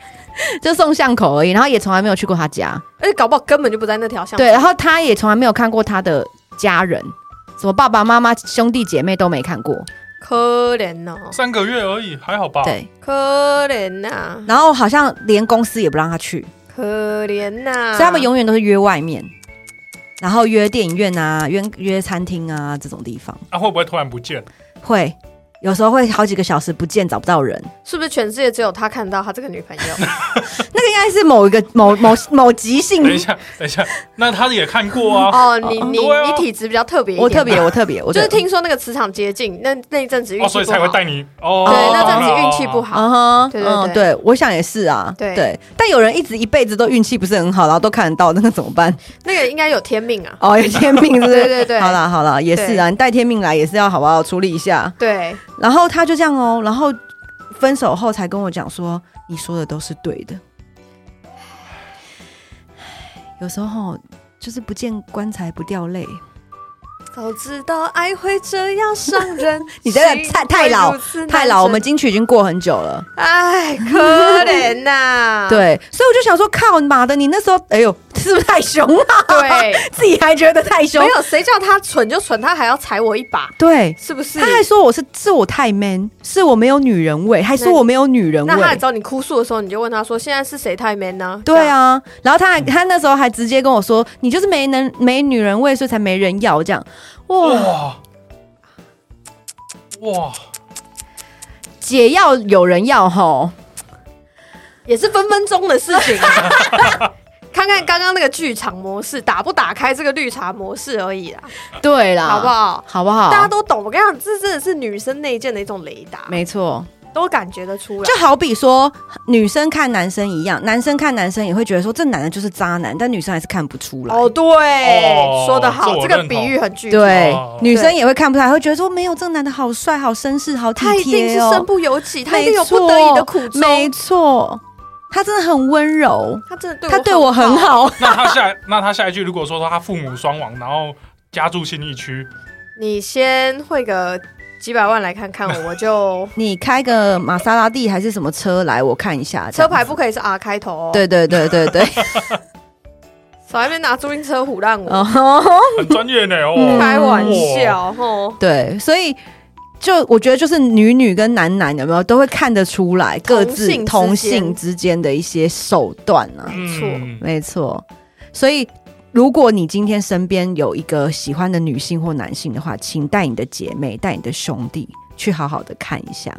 S2: 就送巷口而已，然后也从来没有去过他家。
S3: 而且搞不好根本就不在那条巷子。
S2: 对，然后他也从来没有看过他的家人，什么爸爸妈妈、兄弟姐妹都没看过。
S4: 哦
S3: 可怜哦，
S4: 三个月而已，还好吧？
S2: 对，
S3: 可怜呐、
S2: 然后好像连公司也不让他去，
S3: 可怜呐、
S2: 所以他们永远都是约外面，然后约电影院啊、约约餐厅啊这种地方。
S4: 那会不会突然不见？
S2: 会有时候会好几个小时不见，找不到人。
S3: 是不是全世界只有他看到他这个女朋 友？
S2: 那个应该是某一个某某某急性
S4: 等。一下，等一下，那他也看过啊。
S3: 嗯哦，你你
S4: 对啊
S3: 你体质比较特别一点，
S2: 我特别， 我特别，我
S3: 我就是
S2: 特别
S3: 听说那个磁场接近，那那一阵子运
S4: 哦，
S3: 气
S4: 所以
S3: 不
S4: 才
S3: 好
S4: 会，带你哦。
S3: 对，
S2: 哦
S3: 那阵
S4: 当然
S3: 子运气不
S4: 了
S3: 好。
S2: 啊哈，
S3: 对对
S2: 嗯，对，我想也是啊，
S3: 对
S2: 对，但有人一直一辈子都运气不是很好，然后都看得到，那个怎么办？
S3: 那个应该有天命啊，
S2: 哦，有天命是不
S3: 对
S2: 是？
S3: 对对，
S2: 好，啦好啦，也是啊，你带天命来也是要好不好处理一下。
S3: 对，
S2: 然后他就这样哦，然后分手后才跟我讲说，你说的都是对的。 有时候就是不见棺材不掉泪，，
S3: 早知道爱会这样伤人
S2: 你真的太太老太老，我们金曲已经过很久了。
S3: 哎，可怜呐、
S2: 对，所以我就想说，靠妈的，你那时候，哎呦，是不是太凶了？
S3: 对，
S2: 自己还觉得太凶
S3: 没。有谁叫他蠢就蠢，他还要踩我一把，
S2: 对，
S3: 是不是？
S2: 他还说我是是我太 man，是我没有女人味，还说我没有女人
S3: 那他来
S2: 味。
S3: 找你哭诉的时候，你就问他说：“现在是谁太 man 呢、
S2: 对，啊，然后他还他那时候还直接跟我说，你就是没能没女人味，所以才没人要这样。哇，
S4: 哇哇，
S2: 姐要有人要吼，
S3: 也是分分钟的事情。啊 看看刚刚那个剧场模式打不打开这个绿茶模式而已啦，
S2: 对啦，
S3: 好不？好？
S2: 好不好？
S3: 大家都懂。我跟你讲，这真的是女生内建的一种雷达，
S2: 没错，
S3: 都感觉得出来。
S2: 就好比说女生看男生一样，男生看男生也会觉得说这男的就是渣男，但女生还是看不出来。
S3: 哦，对，
S4: 哦
S3: 说得好，
S4: 这我
S3: 这
S4: 认
S3: 个
S4: 同
S3: 比喻很具体。
S2: 对
S4: 哦，
S2: 女生也会看不出来，会觉得说没有这个男的好帅、好绅士、好体
S3: 他一定
S2: 贴
S3: 是身
S2: 哦。
S3: 不由己，他一定
S2: 没
S3: 有
S2: 错
S3: 不得已的苦衷。
S2: 没错，他真的很温柔，
S3: 他真的对
S2: 他对我很
S3: 好，
S2: 好。
S4: 那他下那他下一句如果说他父母双亡，然后家住信义区，
S3: 你先汇个几百万来看看我，我就
S2: 你开个玛莎拉蒂还是什么车来，我看一下。这
S3: 车
S2: 样
S3: 牌不可以是 R 开头、哦。
S2: 对对对对 对，
S3: 少在那边拿租赁车唬烂我，
S2: 哦吼，
S4: 很专业呢
S2: 嗯
S4: 哦。
S3: 开玩笑吼。
S2: 对，所以就我觉得就是女女跟男男有没有都会看得出来各
S3: 同性
S2: 自
S3: 之
S2: 同
S3: 间嗯
S2: 性之间的一些手段啊，
S3: 没错
S4: 嗯，
S2: 没错。所以，如果你今天身边有一个喜欢的女性或男性的话，请带你的姐妹、带你的兄弟去好好的看一下，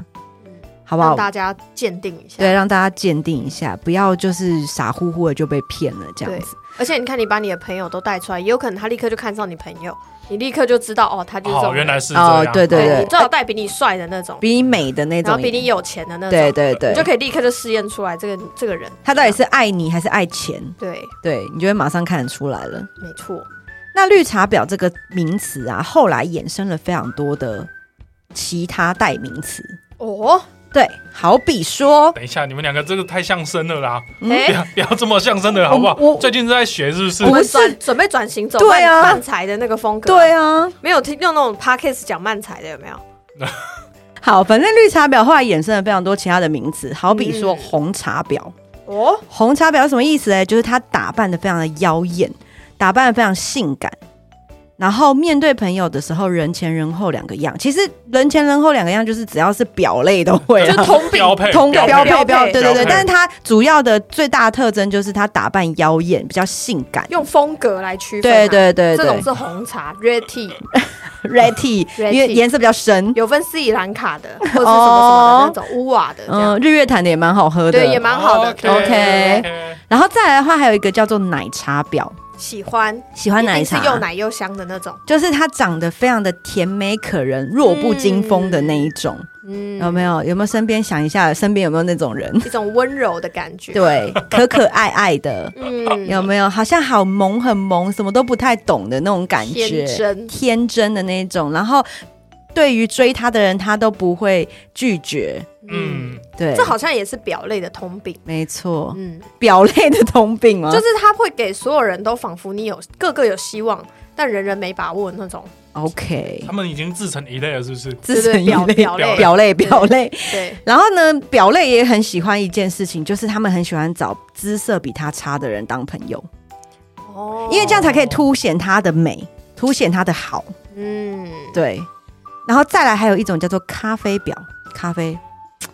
S2: 好不
S3: 让
S2: 好？
S3: 大家鉴定一下。
S2: 对，，让大家鉴定一下，不要就是傻乎乎的就被骗了这样子。
S3: 而且你看，你把你的朋友都带出来，也有可能他立刻就看上你朋友，你立刻就知道哦，他就是这
S4: 哦，
S3: 种人。
S4: 原来是这样，
S2: 哦对对
S3: 对，你最好带比你帅的那种，
S2: 比你美的那
S3: 然
S2: 种
S3: 后，比你有钱的那种，
S2: 对对对
S3: 你就，可以立刻就试验出来这个这个人
S2: 他到底是爱你还是爱钱？
S3: 对，
S2: 对你就会马上看得出来了。
S3: 没错，
S2: 那绿茶婊这个名词啊，后来衍生了非常多的其他代名词，
S3: 哦，
S2: 对，好比说，
S4: 等一下，你们两个这个太相声了啦，
S2: 哎
S4: 不要不要这么相声了，好不好
S2: 我我？
S4: 最近是在学是不是
S2: 我？
S3: 我们
S2: 是
S3: 转准备转型走
S2: 对啊
S3: 慢慢才的那个风格，，
S2: 对啊，
S3: 没有听用那种 podcast 讲慢才的有没有？
S2: 好，反正绿茶婊后来衍生了非常多其他的名词，好比说
S3: 嗯
S2: 红茶婊。
S3: 哦，
S2: 红茶婊是什么意思呢？就是她打扮的非常的妖艳，打扮的非常性感，然后面对朋友的时候人前人后两个样。其实人前人后两个样，就是只要是婊类都会
S3: 就
S2: 啦
S3: 是。同饼
S4: 标配
S2: 通
S4: 标
S2: 标
S4: 配
S2: 配标
S3: 标
S2: 配，
S3: 配
S2: 对对
S4: 标
S2: 对，
S4: 配
S2: 但是她主要的最大的特征就是她打扮妖艳，比较性感。
S3: 用风格来区分啊，
S2: 对对对
S3: 这
S2: 对
S3: 种是红茶 red tea，
S2: ，red tea，
S3: Red
S2: 因为
S3: tea
S2: 颜色比较深。
S3: 有分斯里兰卡的或者是什么什么的那种乌瓦的这样，
S2: 哦嗯，日月潭的也蛮好喝的。
S3: 对，也蛮好
S4: 哦
S3: 的
S4: OK，
S3: 对对对
S2: OK 嗯
S3: 对
S2: 然后再来的话，还有一个叫做奶茶婊，
S3: 喜欢
S2: 喜欢奶
S3: 一定
S2: 茶，
S3: 是又奶又香的那种，
S2: 就是她长得非常的甜美可人、弱不禁风的那一种，
S3: 嗯，
S2: 有没有？有没有身边想一下，身边有没有那种人？
S3: 一种温柔的感觉，，
S2: 对，可可爱爱的，
S3: 嗯，
S2: 有没有？好像好萌，很萌，什么都不太懂的那种感觉，
S3: 天真，
S2: 天真的那种。然后对于追她的人，她都不会拒绝。
S3: 嗯，
S4: 嗯，
S2: 对，
S3: 这好像也是表类的通病。
S2: 没错，
S3: 嗯，
S2: 表类的通病吗？
S3: 就是他会给所有人都仿佛你有个个有希望，但人人没把握那种。
S2: OK，
S4: 他们已经自成一类了，是不是？
S2: 自成一
S3: 表
S2: 类，
S3: 表
S4: 类
S2: 表类，表类。
S3: 对，
S2: 然后呢，表类也很喜欢一件事情，就是他们很喜欢找姿色比他差的人当朋友，
S3: 哦
S2: 因为这样才可以凸显他的美，凸显他的好。
S3: 嗯，
S2: 对，然后再来还有一种叫做咖啡表，咖啡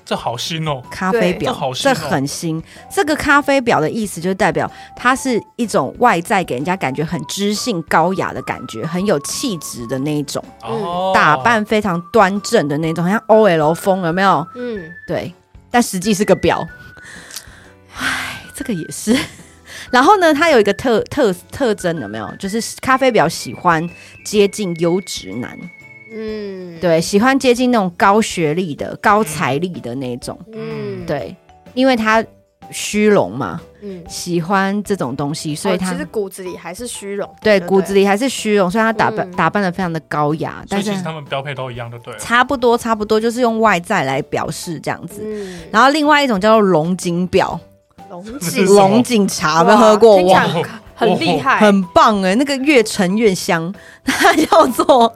S4: 这好新哦，
S2: 咖啡表
S4: 这，好新
S2: 这
S4: 哦
S2: 很新。这个咖啡表的意思就是代表它是一种外在给人家感觉很知性高雅的感觉，很有气质的那一种，
S4: 哦，
S2: 打扮非常端正的那种，好像 OL 风有没有？
S3: 嗯，
S2: 对，但实际是个表。唉，这个也是。 然后呢，它有一个特特特征，有没有？就是咖啡表喜欢接近优质男，
S3: 嗯，，
S2: 对，喜欢接近那种高学历的、高财力的那种，
S3: 嗯，
S2: 对，因为他虚荣嘛，
S3: 嗯，
S2: 喜欢这种东西，所以
S3: 哦
S2: 他、
S3: 其实骨子里还是虚荣，
S2: 对
S3: 不
S2: 骨子里还是虚荣，所以他打扮、
S3: 嗯
S2: 打扮的非常的高雅，
S4: 所
S2: 但
S4: 以其
S2: 是
S4: 实他们标配都一样，就对了。
S2: 差不多差不多就是用外在来表示这样子。
S3: 嗯，
S2: 然后另外一种叫做龙井表，
S3: 龙
S4: 是
S3: 井
S4: 什么
S2: 龙井 茶有没有喝过？
S3: 听起
S2: 哇，
S3: 来很厉害，
S2: 很棒哎、那个越沉越香。它叫做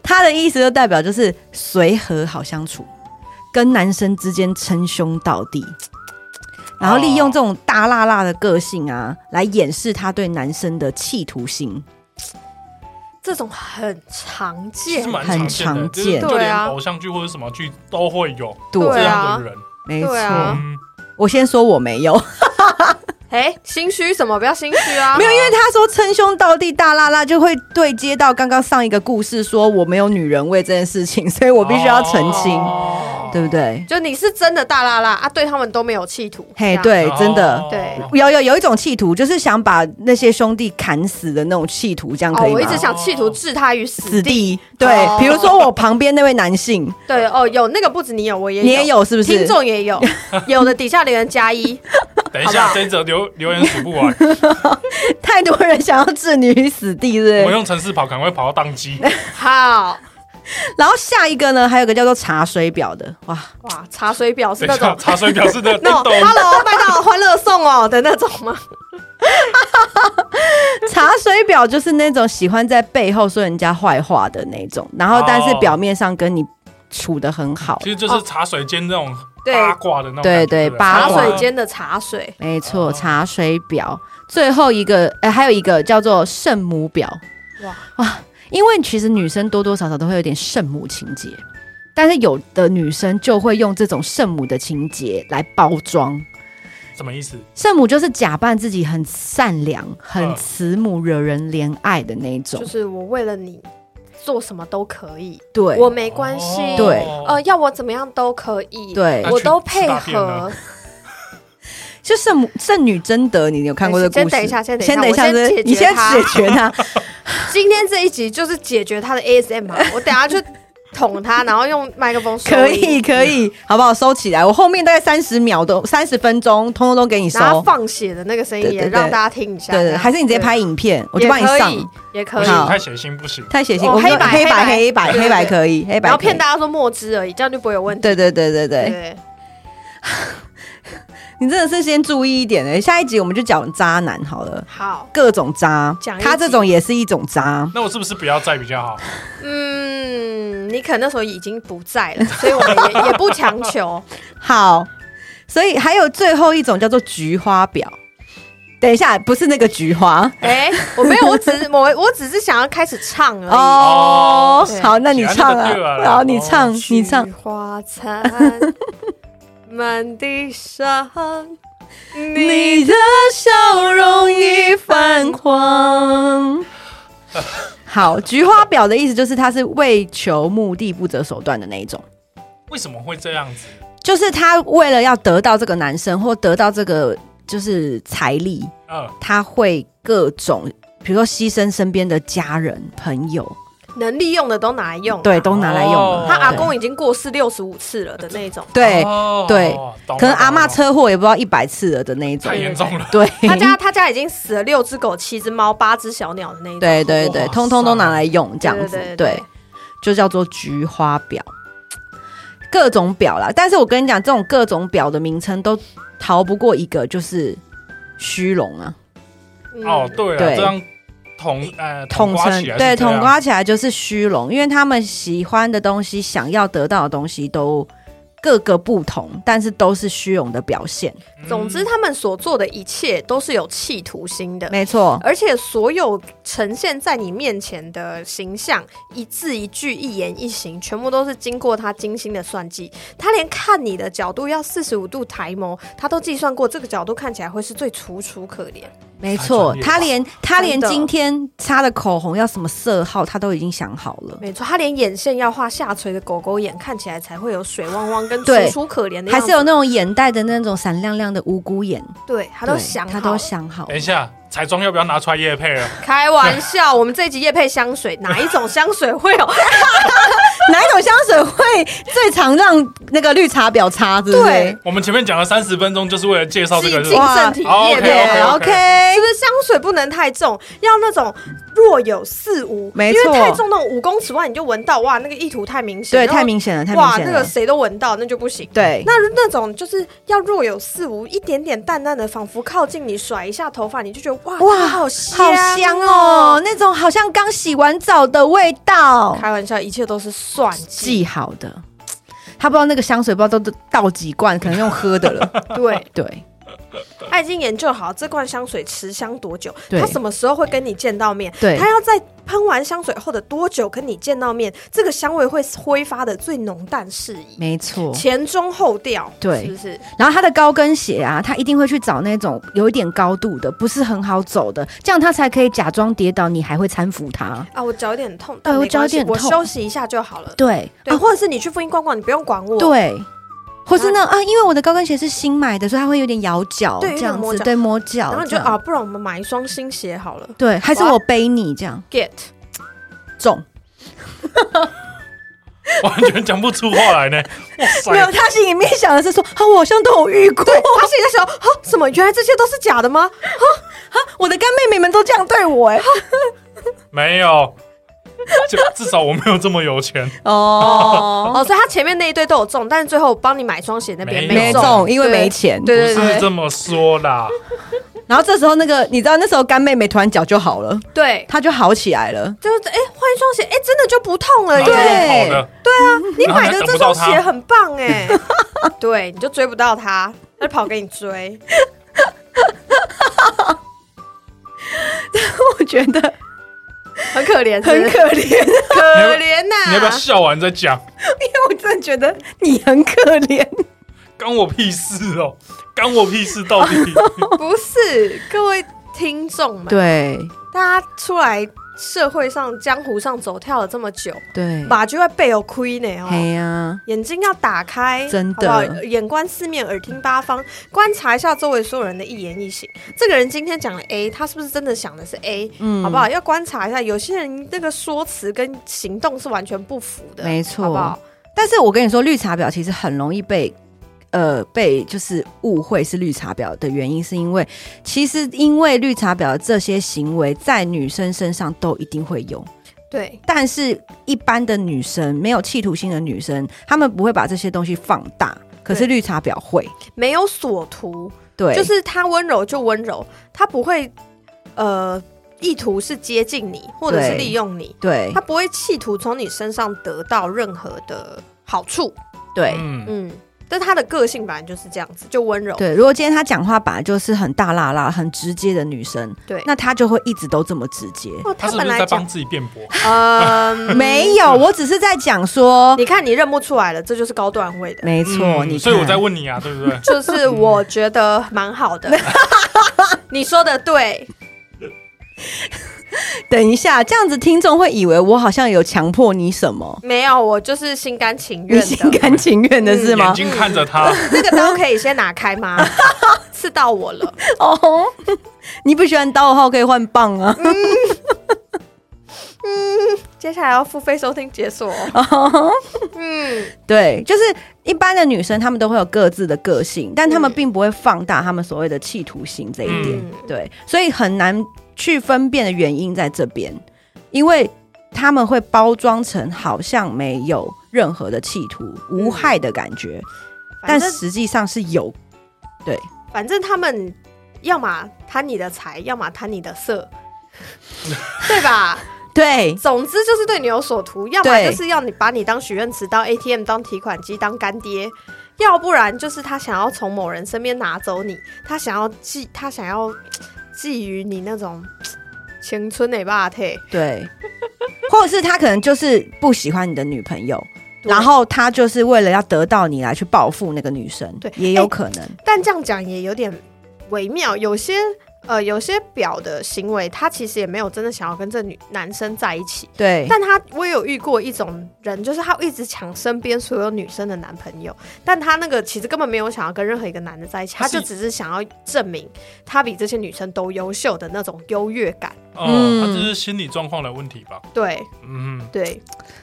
S2: 它的意思就代表就是随和好相处，跟男生之间称兄道弟，然后利用这种大辣辣的个性啊，来掩饰他对男生的企图心。
S3: 这种很常
S4: 其
S3: 见
S4: 实，蛮常
S2: 很
S4: 见的，
S2: 常
S4: 就
S2: 见
S4: 是就
S3: 对
S4: 连
S3: 啊
S4: 偶像剧或者什么剧都会有
S2: 对
S4: 这
S3: 对啊
S4: 样的人。
S2: 没错。
S3: 对啊
S4: 嗯，
S2: 我先说我没有，
S3: 哎，心虚什么？不要心虚 啊，
S2: 没有，因为他说称兄道弟大辣辣，就会对接到刚刚上一个故事说我没有女人味这件事情，所以我必须要澄清，
S4: 哦
S2: 对不对？
S3: 就你是真的大辣辣啊，对他们都没有企图，
S2: 嘿
S3: 这样，
S2: 对，真的。
S4: 哦
S3: 对
S2: 有有有一种企图，就是想把那些兄弟砍死的那种企图，这样可
S3: 哦，
S2: 以吗？
S3: 我一直想企图置他于死
S2: 死
S3: 地。
S2: 地，对
S3: 哦，
S2: 比如说我旁边那位男性，
S3: 对哦，有那个不止你有，我也有，
S2: 你也有是不是
S3: 听？众也有，有的底下留言加一，
S4: 等一
S3: 好不
S4: 下，
S3: 好
S4: 这一则留留言数不完，
S2: 太多人想要置你于死地，
S4: 我
S2: 对不
S4: 们
S2: 对？
S4: 用城市跑，赶快跑到宕 机。
S3: 好
S2: 然后下一个呢，还有个叫做茶水表的，哇，
S3: 哇，茶水表是
S4: 等
S3: 那
S4: 一下，
S3: 种
S4: 茶水表示的
S3: 那种 Hello 麦当劳欢乐颂哦的那种吗？
S2: 茶水表就是那种喜欢在背后说人家坏话的那种，然后但是
S4: 哦
S2: 表面上跟你处的很好，
S4: 其实就是茶水间那种
S3: 对
S4: 八卦的那种
S2: 对
S4: 感觉，
S2: 对
S4: 不
S2: 八
S3: 茶
S2: 卦
S3: 水间的茶水，
S2: 没错，
S4: 哦
S2: 茶水表。最后一个，哎、还有一个叫做圣母表。哇
S3: 哇
S2: 哇！因为其实女生多多少少都会有点圣母情节，但是有的女生就会用这种圣母的情节来包装，
S4: 什么意思？
S2: 圣母就是假扮自己很善良、很
S4: 嗯
S2: 慈母、惹人怜爱的那一种
S3: 就。是我为了你做什么都可以，
S2: 对，
S3: 我没关系，
S4: 哦
S2: 对
S3: 呃，，要我怎么样都可以，
S2: 对
S4: 那
S3: 我
S4: 去
S3: 都
S4: 吃
S3: 配
S4: 大便
S3: 合
S4: 呢。
S2: 就圣母圣女贞德，你有看过这个故事？
S3: 哎先等一下先等
S2: 先等
S3: 一下
S2: 一下，
S3: 我先
S2: 是不是
S3: 解决
S2: 你先
S3: 它
S2: 解决它。
S3: 今天这一集就是解决他的 ASM 啊，我等下就捅他，然后用麦克风收
S2: 可
S3: 音，
S2: 以可以，好不好？收起来，我后面大概三十秒都三十分钟，通通都给你
S3: 然后
S2: 收。
S3: 放血的那个声音
S2: 对对
S3: 也
S2: 对
S3: 让大家听一下。
S2: 对
S3: 这
S2: 对，
S3: 样
S2: 还是你直接
S3: 对
S2: 拍影片，我
S3: 我
S2: 就帮你上。
S3: 也可
S4: 不
S3: 以。
S4: 行，
S2: 好
S4: 太血腥不行。
S2: 太血腥，
S3: 哦
S2: 我们
S3: 黑白
S2: 黑白
S3: 黑
S2: 黑
S3: 白
S2: 白
S3: 对
S2: 黑白可以，黑白
S3: 然后
S2: 可以
S3: 骗。大家说墨汁而已，这样就不会有问题。
S2: 对对对对对，
S3: 对，
S2: 你真的是先注意一点哎。下一集我们就讲渣男好了，
S3: 好，
S2: 各种渣
S3: 讲一，集
S2: 他这种也是一种渣。
S4: 那我是不是不要再比较好？
S3: 嗯，你可能那时候已经不在了，所以我们也也不强求。
S2: 好，所以还有最后一种叫做菊花婊。等一下，不是那个菊花
S3: 哎，我没有，我只是我我只是想要开始唱而
S2: 哦
S3: 对。
S2: 好，那你唱
S4: 喜欢那个调
S2: 啊，
S4: 啊
S2: 好，你
S4: 哦
S2: 唱
S3: 已。，
S2: 你唱
S3: 菊。花残，满地伤，你
S2: 你的笑容已泛黄。 好，菊花婊的意思就是他是为求目的不择手段的那一种，
S4: 为什么会这样子？
S2: 就是他为了要得到这个男生或得到这个就是财力，
S4: 嗯，
S2: 他会各种。比如说牺牲身边的家人、朋友，
S3: 能利用的都拿来用。
S2: 对，，都拿来用了。
S4: 哦
S3: 他阿公已经过世六十五次了的那种，
S2: 对，
S4: 哦
S2: 对，
S4: 懂了
S2: 可能阿嬷
S4: 懂了
S2: 车祸也不知道一百次了的那一种
S4: 太。严重了，
S2: 对，
S3: 他家他家已经死了六只狗、七只猫、八只小鸟的那一种。
S2: 对对对，
S4: 哇
S2: 通通都拿来用这样子，
S3: 对对对
S2: 对，就叫做菊花婊，各种婊啦。但是我跟你讲，这种各种婊的名称都逃不过一个，就是虚荣啊，
S3: 嗯
S4: 哦，对了，
S2: 对
S4: 这样统呃
S2: 统
S4: 刮
S2: 称
S4: 起来是
S2: 对
S4: 这样
S2: 统刮起来就是虚荣，因为他们喜欢的东西、想要得到的东西都各个不同，但是都是虚荣的表现。
S4: 嗯
S3: 总之，他们所做的一切都是有企图心的，
S2: 没错，
S3: 而且所有呈现在你面前的形象，一字一句、一言一行，全部都是经过他精心的算计。他连看你的角度要四十五度抬眸，他都计算过这个角度看起来会是最楚楚可怜。
S2: 没错
S4: 太专，业了
S2: 他连他连
S3: 真的
S2: 今天擦的口红要什么色号，他都已经想好了。
S3: 没错，他连眼线要画下垂的狗狗眼，看起来才会有水汪汪跟楚
S2: 对
S3: 楚可怜的样子。
S2: 还是有那种眼袋的那种闪亮亮的无辜眼，
S3: 对他
S2: 他
S3: 都想好
S2: 他都想好
S4: 等。一下，彩妆要不要拿出来夜配了？
S3: 开 玩笑，我们这一集夜配香水，哪一种香水会有？
S2: 哪一种香水会最常让那个绿茶婊擦？是不是
S3: 对，
S4: 我们前面讲了三十分钟，就是为了介绍这
S3: 进
S4: 个
S3: 进
S4: 人。
S3: 正题
S4: 哇
S3: 夜配。
S2: 对
S4: OK，OK，OK
S2: ，OK，
S3: 是不是香水不能太重，要那种若有似无，
S2: 没
S3: 因
S2: 错
S3: 为太重那种五公尺外你就闻到，哇，那个意图太明显，
S2: 对，
S3: 然后
S2: 太明显了，太明
S3: 哇，
S2: 显
S3: 那个
S2: 了。
S3: 谁都闻到，那就不行。
S2: 对，
S3: 那那种就是要若有似无，一点点淡淡的，仿佛靠近你甩一下头发，你就觉得哇
S2: 哇
S3: 好
S2: 好
S3: 香
S2: 香哦，！那种好像刚洗完澡的味道，
S3: 开玩笑，一切都是算计，
S2: 记好的。他不知道那个香水不知道都倒几罐，可能用喝的 了。
S3: 对，
S2: 对，
S3: 他已经研究好这罐香水持香多久，
S2: 对
S3: 他什么时候会跟你见到面，
S2: 对
S3: 他要在喷完香水后的多久跟你见到面，这个香味会挥发的最浓淡适宜，
S2: 没错。
S3: 前中后调，
S2: 对
S3: 是不是？
S2: 然后他的高跟鞋啊，他一定会去找那种有一点高度的，不是很好走的，这样他才可以假装跌倒，你还会搀扶他。
S3: 啊，我脚有点痛，
S2: 对
S3: 但
S2: 我
S3: 没关系
S2: 脚有点
S3: 我
S2: 痛
S3: 休息一下就好了。
S2: 对，
S3: 对，啊或者是你去附近逛逛，你不用管我。，
S2: 对，或是呢啊，因为我的高跟鞋是新买的，所以它会有点咬脚，
S3: 对有
S2: 这样
S3: 点磨
S2: 子
S3: 脚
S2: 对磨脚，
S3: 然后你
S2: 这
S3: 就
S2: 样
S3: 啊，，不然我们买一双新鞋好了。
S2: 对，还是
S3: 哇
S2: 我背你这样
S3: Get，
S2: 重，
S4: 完全讲不出话来呢。哇塞
S2: 没，有，他心里面想的是说啊，我好像都有遇过，
S3: 他心里在想，哈，什么？原来这些都是假的吗？
S2: 我的干妹妹们都这样对我哎，
S4: 没有，就至少我没有这么有钱。
S2: 哦，
S3: 哦，所以他前面那一堆都有中，但是最后我帮你买双鞋那边
S4: 没
S2: 没
S4: 中
S2: 中，因为没
S3: 对
S2: 钱，
S3: 对对
S4: 不是
S3: 对
S4: 这么说啦，
S2: 然后这时候那个，你知道那时候干妹妹突然脚就好了，
S3: 对，
S2: 她就好起来了，
S3: 就是哎，换一双鞋，哎，真的就不痛了
S4: 然后
S2: 对
S4: 就
S3: 耶。啊
S4: 跑的，
S3: 你
S4: 然后
S3: 买
S4: 还
S3: 的
S4: 等
S3: 这
S4: 不到
S3: 双鞋
S4: 他
S3: 很棒哎，对，你就追不到他，他就跑给你追。
S2: 我觉得
S3: 很可怜，
S2: 很
S3: 是不是
S2: 可怜，因
S3: 可怜呐、
S4: 你要不要笑完再讲？
S2: 为我真的觉得你很可怜，
S4: 关我屁事哦，干我屁事到底？
S3: 不是各位听众们，
S2: 对
S3: 大家出来社会上、江湖上走跳了这么久，
S2: 对，
S3: 把就会背有亏呢哦。
S2: 嘿呀，
S3: 眼睛要打开，
S2: 真的
S3: 好不好眼观四面，耳听八方，观察一下周围所有人的一言一行。这个人今天讲了 A，他是不是真的想的是 A？、
S2: 嗯，
S3: 好不好？？要观察一下，有些人那个说辞跟行动是完全不符的，
S2: 没错
S3: 好不好？
S2: 但是我跟你说，绿茶婊其实很容易被。呃，被就是误会是绿茶婊的原因，是因为其实因为绿茶婊的这些行为在女生身上都一定会有，
S3: 对，
S2: 但是一般的女生没有企图心的女生，她们不会把这些东西放大，可是
S3: 对
S2: 绿茶婊会，
S3: 没有所图，
S2: 对，
S3: 就是他温柔就温柔，他不会呃意图是接近你或者是
S2: 对
S3: 利用你，
S2: 对
S3: 他不会企图从你身上得到任何的好处。
S2: 对。
S4: 嗯，
S3: 嗯，但他的个性本来就是这样子，就温柔。
S2: 对，如果今天她讲话本来就是很大辣辣、很直接的女生，
S3: 对
S2: 那她就会一直都这么直接。
S3: 哦，
S4: 他是不
S3: 本
S4: 是
S3: 来
S4: 在
S3: 讲
S4: 帮，自己辩驳？
S3: 嗯，
S2: 没有，我只是在讲说，
S3: 你看你认不出来了，这就是高段 位的，？
S2: 没错，
S4: 嗯
S2: 你看
S4: 所以我在问你啊，对不对
S3: 就是我觉得蛮好的。你说的对，
S2: 等一下，这样子听众会以为我好像有强迫你什么，
S3: 没有，我就是心甘情
S2: 你
S3: 愿
S2: 心
S3: 的。嗯
S2: 甘情愿的是吗
S4: 眼？睛看着 他，
S3: 这个刀可以先拿开吗？刺到我了，
S2: 哦， 你不喜欢刀的话，我可以换棒啊。
S3: 接下来要付费收听解锁。
S2: 哦
S3: 嗯，
S2: 对，就是一般的女生，她们都会有各自的个性，但她们
S3: 嗯
S2: 并不会放大她们所谓的企图心这一点。
S3: 嗯
S2: 对，所以很难去分辨的原因在这边，因为他们会包装成好像没有任何的企图、无害的感觉，
S3: 反
S2: 但
S3: 正
S2: 实际上是有。
S3: 反正他们要么贪你的财，要么贪你的色，对吧？
S2: 对
S3: 总之就是对你有所图，要么
S2: 对
S3: 就是要你把你当许愿池、当 ATM、当提款机、当干爹，要不然就是他想要从某人身边拿走你，他想要寄，他想要觊觎你那种青春的霸体，
S2: 对， 或者是他可能就是不喜欢你的女朋友。
S3: 对
S2: 然后他就是为了要得到你来去报复那个女生，
S3: 对
S2: 也有可能，
S3: 但这样讲也有点微妙，有些。呃，有些表的行为，他其实也没有真的想要跟这女男生在一起，
S2: 对，
S3: 但他我也有遇过一种人，就是他一直抢身边所有女生的男朋友，但他那个其实根本没有想要跟任何一个男的在一起，
S4: 他
S3: 他
S4: 是
S3: 就只是想要证明他比这些女生都优秀的那种优越感。
S4: 嗯，
S2: 嗯
S4: 他只是心理状况的问题吧？
S3: 对
S4: 嗯，
S3: 对，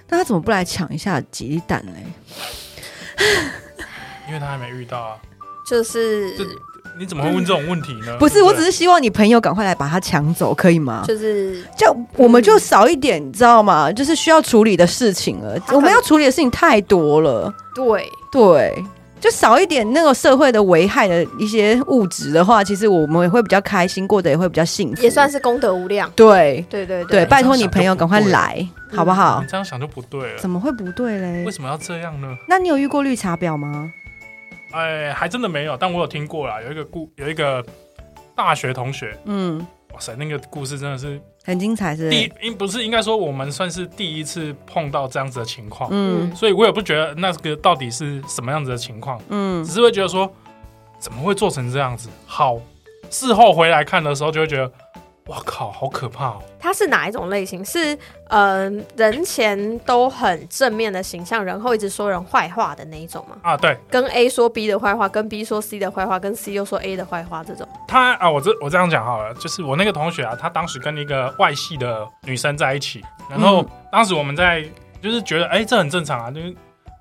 S2: 那他怎么不来抢一下鸡蛋嘞？
S4: 因为他还没遇到啊，
S3: 就是
S4: 这你怎么会问这种问题呢？
S2: 不是，
S4: 对
S2: 我
S4: 对
S2: 只是希望你朋友赶快来把他抢走，可以吗？
S3: 就是
S2: 就嗯我们就少一点，你知道吗？就是需要处理的事情了，
S3: 他可能
S2: 我们要处理的事情太多了，
S3: 对，
S2: 对。就少一点那个社会的危害的一些物质的话，其实我们也会比较开心，过得也会比较幸福。
S3: 也算是功德无量。
S2: 对
S3: 对对
S2: 对，
S3: 对，
S2: 拜托你朋友赶快来，
S3: 嗯
S2: 好不好
S4: 你？这样想就不对了
S2: 怎。么会不对嘞
S4: 嗯为？什么要这样呢？
S2: 那你有遇过绿茶婊吗？
S4: 哎，还真的没有，但我有听过啦，有一个故，有一个大学同学，
S2: 嗯，
S4: 哇塞，那个故事真的是
S2: 很精彩是不是
S4: 第一应不是应该说我们算是第一次碰到这样子的情况，
S2: 嗯
S4: 所以我也不觉得那个到底是什么样子的情况，
S2: 嗯
S4: 只是会觉得说怎么会做成这样子？好，事后回来看的时候就会觉得，哇靠，好可怕哦！
S3: 他是哪一种类型？是呃，人前都很正面的形象，然后一直说人坏话的那一种吗？
S4: 啊，对
S3: 跟 A 说 B 的坏话，跟 B 说 C 的坏话，跟 C 又说 A 的坏话，这种。
S4: 他啊，我这我这样讲好了，就是我那个同学啊，他当时跟一个外系的女生在一起，然后
S2: 嗯
S4: 当时我们在就是觉得，哎、这很正常啊，就是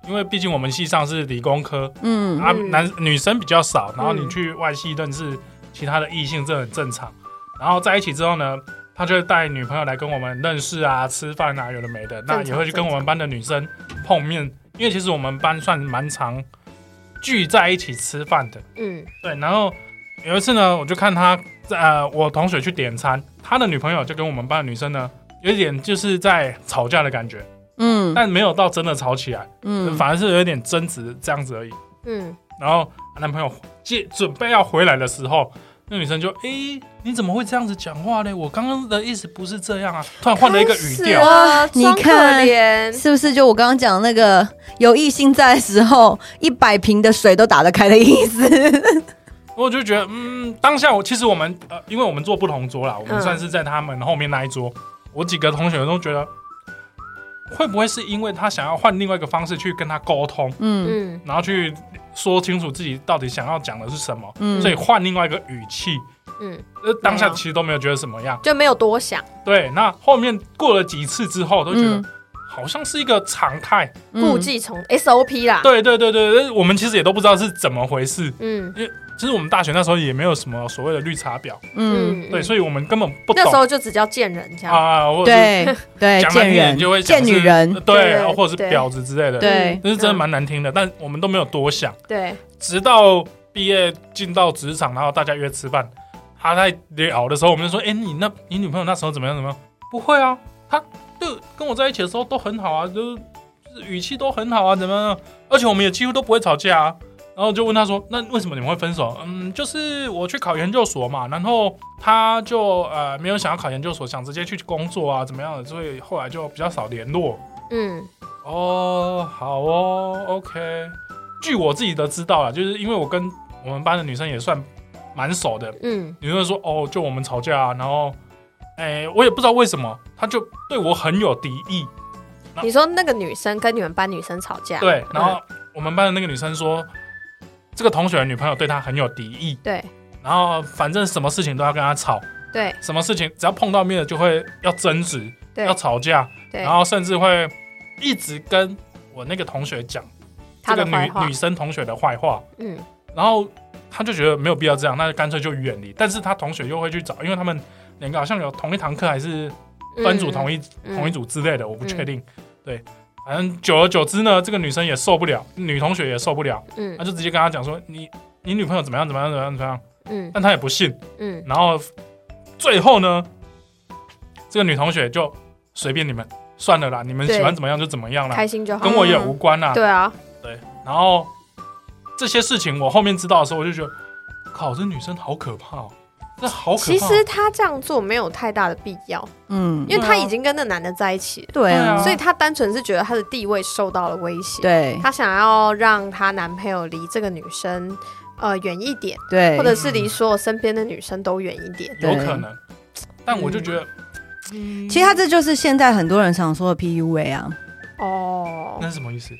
S4: 因为毕竟我们系上是理工科，
S2: 嗯
S4: 啊，
S3: 嗯
S4: 男女生比较少，然后
S3: 嗯
S4: 你去外系认识其他的异性，这很正常。然后在一起之后呢，他就会带女朋友来跟我们认识啊、吃饭啊，有的没的。那
S3: 正常
S4: 也会去跟我们班的女生碰面，因为其实我们班算蛮常聚在一起吃饭的。
S3: 嗯
S4: 对，然后有一次呢，我就看他在呃，我同学去点餐，他的女朋友就跟我们班的女生呢，有一点就是在吵架的感觉，
S2: 嗯
S4: 但没有到真的吵起来，
S2: 嗯，
S4: 反而是有一点争执这样子而已。
S3: 嗯，
S4: 然后她男朋友接准备要回来的时候，那女生就诶，你怎么会这样子讲话嘞？我刚刚的意思不是这样啊！突然换了一个语调，
S3: 哇，
S2: 你
S3: 哦装可
S2: 看
S3: 怜，
S2: 是不是就我刚刚讲那个有异性在的时候，一百瓶的水都打得开的意思？
S4: 我就觉得，嗯，当下我其实我们呃，因为我们坐不同桌啦，我
S3: 嗯
S4: 们算是在他们后面那一桌。我几个同学都觉得，会不会是因为他想要换另外一个方式去跟他沟通，
S2: 嗯
S3: 嗯
S4: 然后去说清楚自己到底想要讲的是什么，
S2: 嗯
S4: 所以换另外一个语气。
S3: 嗯，
S4: 呃，当
S3: 没
S4: 下
S3: 有
S4: 其实都没有觉得怎么样。
S3: 就没有多想，
S4: 对，那后面过了几次之后，都觉得
S2: 嗯
S4: 好像是一个常态。
S3: 故技重 SOP 啦。
S4: 对对对对，对我们其实也都不知道是怎么回事。
S3: 嗯
S4: 其实我们大学那时候也没有什么所谓的绿茶婊，
S2: 嗯，
S4: 对，所以我们根本不
S3: 那时
S4: 懂
S3: 候就只叫见人这样。
S4: 啊，或者是
S2: 对对，
S4: 讲难
S2: 贱
S4: 听点就会
S2: 人
S4: 讲
S2: 贱
S4: 是
S2: 女人
S4: 呃，对
S3: 对，
S4: 或者是
S3: 对
S4: 婊子之类的，
S2: 对
S4: 这是真的
S3: 嗯
S4: 蛮难听的，但我们都没有多想，
S3: 对，
S4: 直到毕业进到职场，然后大家约吃饭，他在聊的时候，我们就说，哎，你那你女朋友那时候怎么样怎么样？不会啊，她就跟我在一起的时候都很好啊，就是就是语气都很好啊，怎么样？而且我们也几乎都不会吵架啊。然后就问他说：“那为什么你们会分手？”嗯，就是我去考研究所嘛，然后他就呃没有想要考研究所，想直接去工作啊，怎么样的，所以后来就比较少联络。
S3: 嗯
S4: 哦，好哦，OK。据我自己的知道啦，就是因为我跟我们班的女生也算蛮熟的，
S3: 嗯
S4: 女生说哦，就我们吵架、啊，然后，哎、我也不知道为什么，她就对我很有敌意。啊
S3: 你说那个女生跟你们班女生吵架，
S4: 对，然后
S3: 嗯
S4: 我们班的那个女生说，这个同学的女朋友对她很有敌意，
S3: 对
S4: 然后反正什么事情都要跟她吵，
S3: 对
S4: 什么事情只要碰到面了就会要争执，
S3: 对
S4: 要吵架，
S3: 对，
S4: 然后甚至会一直跟我那个同学讲这
S3: 她
S4: 个
S3: 的坏
S4: 女
S3: 话
S4: 女，生同学的坏话，
S3: 嗯
S4: 然后他就觉得没有必要这样，那就干脆就远离。但是他同学又会去找，因为他们两个好像有同一堂课，还是分组同
S3: 一
S4: 一、同一组之类的，我不
S3: 嗯
S4: 确定。对，反正久而久之呢，这个女生也受不了，女同学也受不了，
S3: 嗯
S4: 她就直接跟他讲说：“你你女朋友怎么样怎么样怎么样怎么样。”
S3: 嗯
S4: 但她也不信，
S3: 嗯
S4: 然后最后呢，这个女同学就随便你们，算了啦，你们
S3: 对
S4: 喜欢怎么样就怎么样
S3: 嗯，
S4: 啦，
S3: 开心就好。
S4: 跟我也无关啦。
S3: 对啊，
S4: 然后这些事情我后面知道的时候，我就觉得，靠，这女生好可怕、哦，这好可怕。
S3: 其实她这样做没有太大的必要，
S2: 嗯，
S3: 因为
S4: 对啊
S3: 她已经跟那男的在一起了，
S2: 对啊，
S3: 所以她单纯是觉得她的地位受到了威胁，
S2: 对
S3: 她想要让她男朋友离这个女生呃远一点，
S2: 对，
S3: 或者是离所有身边的女生都远一点。
S4: 有
S2: 对
S4: 可能，但我就觉得，嗯
S2: 其实他这就是现在很多人常说的 PUA 啊
S3: 哦
S4: 那，是什么意思？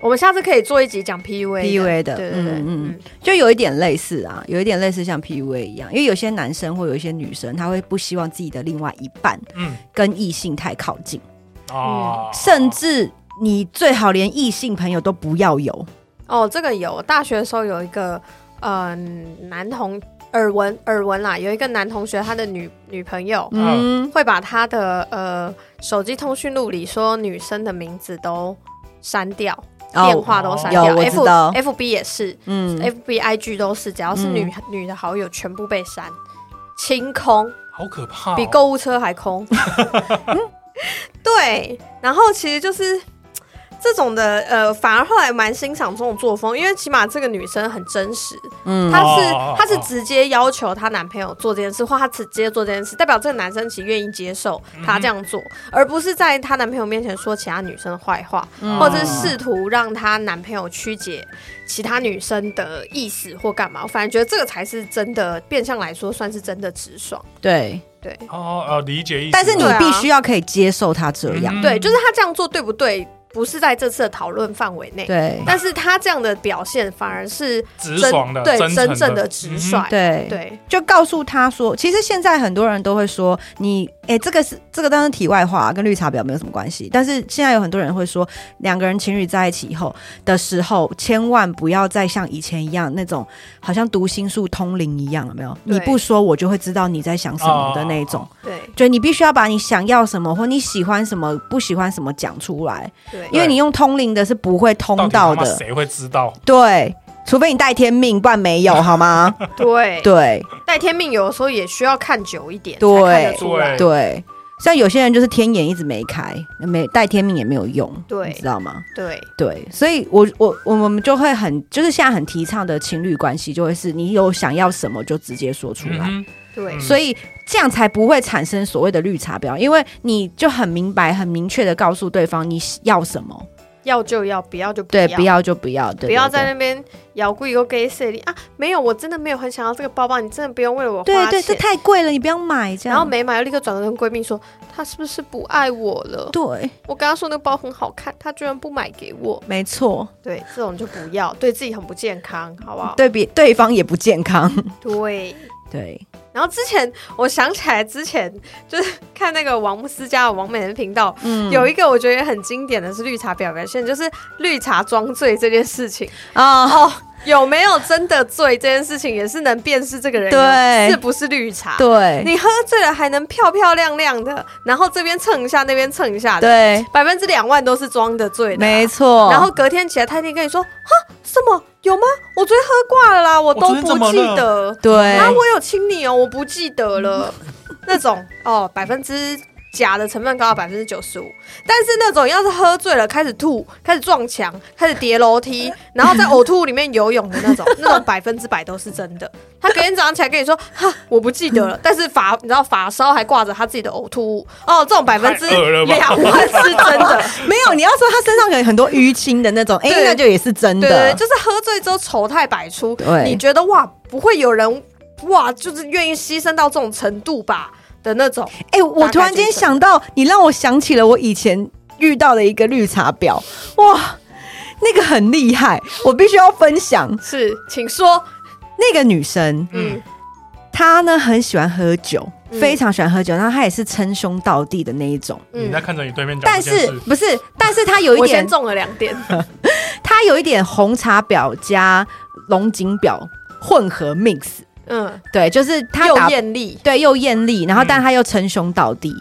S3: 我们下次可以做一集讲 PUA 的。
S2: ，PUA 的，
S3: 对对对，
S2: 嗯嗯
S3: 嗯，
S2: 就有一点类似啊，有一点类似像 PUA 一样，因为有些男生或有一些女生，他会不希望自己的另外一半
S4: 嗯
S2: 跟异性太靠近，
S4: 啊，
S2: 嗯甚至你最好连异性朋友都不要有。
S3: 哦，这个有，大学的时候有一个呃男同耳闻耳闻啦，有一个男同学他的女女朋友。
S2: 嗯，
S3: 会把他的呃手机通讯录里说女生的名字都删掉，电话都删掉、
S2: 哦有我知
S3: f
S2: 道
S3: F B 也是、
S2: 嗯
S3: f B I G 都是，只要
S4: 嗯
S3: 是女、女的好友全部被删，清空，
S4: 好可怕、哦，
S3: 比购物车还空。 对，然后其实就是这种的，呃，反而后来蛮欣赏这种作风，因为起码这个女生很真实，
S2: 嗯
S3: 她是
S4: 哦哦哦
S3: 她是直接要求她男朋友做这件事，或她直接做这件事，代表这个男生其实愿意接受
S4: 嗯
S3: 她这样做，而不是在她男朋友面前说其他女生的坏话，
S2: 嗯
S3: 或者是试图让她男朋友曲解其他女生的意思或干嘛。我反正觉得这个才是真的，变相来说算是真的直爽，
S2: 对，
S3: 对。
S4: 哦哦，理解意思。
S2: 但是你
S3: 对啊
S2: 必须要可以接受他这样，
S4: 嗯
S3: 对，就是他这样做对不对，不是在这次的讨论范围内。
S2: 对
S3: 但是他这样的表现反而是
S4: 直爽的，嗯
S3: 对
S4: 呃真
S3: 真正的
S4: 的
S3: 直率。
S2: 对。
S3: 对，
S2: 就告诉他说，其实现在很多人都会说，你哎、这个是这个当然题外话，跟绿茶婊没有什么关系。但是现在有很多人会说，两个人情侣在一起以后的时候，千万不要再像以前一样那种好像读心术通灵一样，有没有？
S3: 对
S2: 你不说，我就会知道你在想什么的那
S4: 哦
S2: 种。
S3: 对，
S2: 就你必须要把你想要什么或你喜欢什么、不喜欢什么讲出来，
S3: 对，
S2: 因为你用通灵的是不会通
S4: 嗯
S2: 到
S4: 底他妈
S2: 的，
S4: 谁会知道？
S2: 对，除非你带天命，不然没有 好吗？
S3: 对，
S2: 对。
S3: 戴天命有的时候也需要看久一点，
S2: 对
S3: 才看得出来。
S4: 对
S2: 对，像有些人就是天眼一直没开，没带天命也没有用，
S3: 对
S2: 你知道吗？
S3: 对，
S2: 对，所以我我我我们就会很，就是现在很提倡的情侣关系，就会是你有想要什么就直接说出来，
S4: 嗯哼
S3: 对，
S4: 嗯
S2: 所以这样才不会产生所谓的绿茶婊，因为你就很明白、很明确的告诉对方你要什么，
S3: 要就要，不要就不
S2: 对，
S3: 要，
S2: 不要就不要，对，
S3: 不要
S2: 对
S3: 在那边咬故意又给谁啊？没有，我真的没有很想要这个包包，你真的不用为了我花
S2: 对
S3: 钱。
S2: 对对，这太贵了，你不要买这样。
S3: 然后没买，又立刻转头跟闺蜜说，她是不是不爱我了？
S2: 对，
S3: 我跟她说那个包很好看，她居然不买给我。
S2: 没错，
S3: 对，这种就不要，对自己很不健康，好不好？
S2: 对比对方也不健康。
S3: 嗯对
S2: 对，
S3: 然后之前我想起来，之前就是看那个王慕思家的王美人频道，
S2: 嗯
S3: 有一个我觉得也很经典的是绿茶婊表现，就是绿茶装醉这件事情，哦
S2: 啊，
S3: 有没有真的醉这件事情，也是能辨识这个人
S2: 对
S3: 是不是绿茶。
S2: 哎对
S3: 你喝醉了还能漂漂亮亮的，然后这边蹭一下，那边蹭一下的，
S2: 对，啊
S3: 百分之两万都是装的醉的啊、
S2: 没错。
S3: 然后隔天起来，他一定跟你说：“哈，什么有吗？我昨天喝挂了啦，我都
S4: 我昨天
S3: 不
S4: 怎么
S3: 记
S4: 了
S3: 得。”
S2: 对
S3: 啊，我有亲你哦，我不记得了。那种哦，百分之假的成分高到百分之九十五，但是那种要是喝醉了开始吐、开始撞墙、开始叠楼梯，然后在呕吐物里面游泳的那种，那种百分之百都是真的。他隔天早上起来跟你说：“哈，我不记得了。”但是发你知道发梢还挂着他自己的呕吐物哦，这种百分之
S4: 太恶了吧
S3: 两万是真 的。
S2: 没有，你要说他身上有很多淤青的那种，哎，
S3: 对
S2: 那就也是真
S3: 对对，
S2: 的
S3: 对。就是喝醉之后丑态百出，
S2: 对
S3: 你觉得哇，不会有人哇，就是愿意牺牲到这种程度吧的那种。
S2: 哎，我突然间想到，你让我想起了我以前遇到的一个绿茶婊，哇。那个很厉害，我必须要分享。
S3: 是，请说，
S2: 那个女生，
S3: 嗯
S4: 嗯，
S2: 她呢很喜欢喝酒，
S3: 嗯
S2: 非常喜欢喝酒，然后她也是称兄道弟的那一种。
S4: 你在看着你对面讲
S2: 但
S4: 这件
S2: 是
S4: 事，
S2: 不是？但是她有一
S3: 我
S2: 点
S3: 先，中了两嗯点，
S2: 她有一点红茶婊加龙井婊混合 mix，
S3: 嗯，
S2: 对，就是她
S3: 又
S2: 打
S3: 艳丽
S2: 对又艳丽，然后
S4: 嗯
S2: 但她又称兄道弟，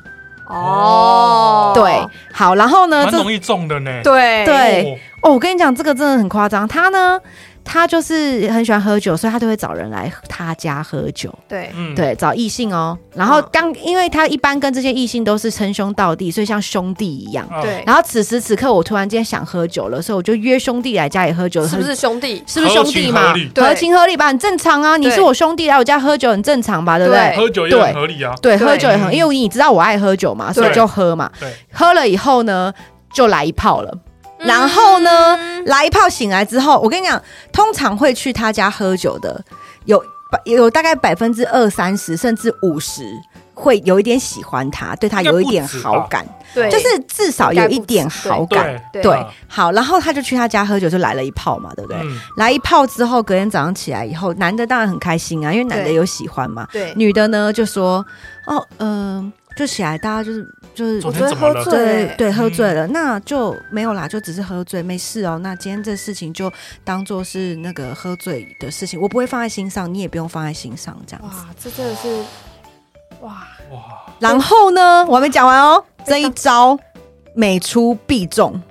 S3: 哦，
S2: 对，好，然后呢
S4: 蛮
S2: 呃这
S4: 容易中的呢。
S3: 对
S2: 对
S4: 哦，
S2: 哦，我跟你讲，这个真的很夸张。她呢，她就是很喜欢喝酒，所以她都会找人来她家喝酒。
S3: 对
S4: 嗯，
S2: 对，找异性哦。然后当、因为他一般跟这些异性都是称兄道弟，所以像兄弟一样。
S4: 啊，
S3: 对，
S2: 然后此时此刻，我突然间想喝酒了，所以我就约兄弟来家里喝酒，
S3: 是不是兄弟？
S2: 是不是兄弟嘛
S4: 合情合理？
S3: 对
S2: 合情合理吧，很正常啊。你是我兄弟来我家喝酒，很正常吧？对不对？
S4: 喝酒也很合理啊。
S2: 对，
S3: 对
S2: 喝酒也很，因为你知道我爱喝酒嘛，所以
S4: 对
S2: 就喝嘛
S4: 对。
S2: 喝了以后呢，就来一炮了。 然后呢
S3: 嗯
S2: 来一炮醒来之后，我跟你讲，通常会去他家喝酒的，有有大概百分之二三十甚至五十会有一点喜欢他，对他有一点好感，
S3: 对，
S2: 就是至少有一点好感。
S4: 对
S3: 对
S2: 对，好，然后他就去他家喝酒，就来了一炮嘛，对不对？
S4: 嗯，
S2: 来一炮之后，隔天早上起来以后，男的当然很开心啊，因为男的
S3: 对
S2: 有喜欢嘛。
S3: 对，
S2: 女的呢就说：“哦，嗯、就起来，大家就是就是
S4: 昨
S3: 我
S4: 天
S3: 觉得
S4: 怎么
S3: 喝
S4: 了嗯
S3: 醉
S2: 对
S3: 了，
S2: 对，喝醉了，那就没有啦，就只是喝醉，没事哦。那今天这事情就当做是那个喝醉的事情，我不会放在心上，你也不用放在心上，这样子。
S3: 哇，这真的是哇，
S4: 哇，
S2: 然后呢，我还没讲完哦，这一招每出必中。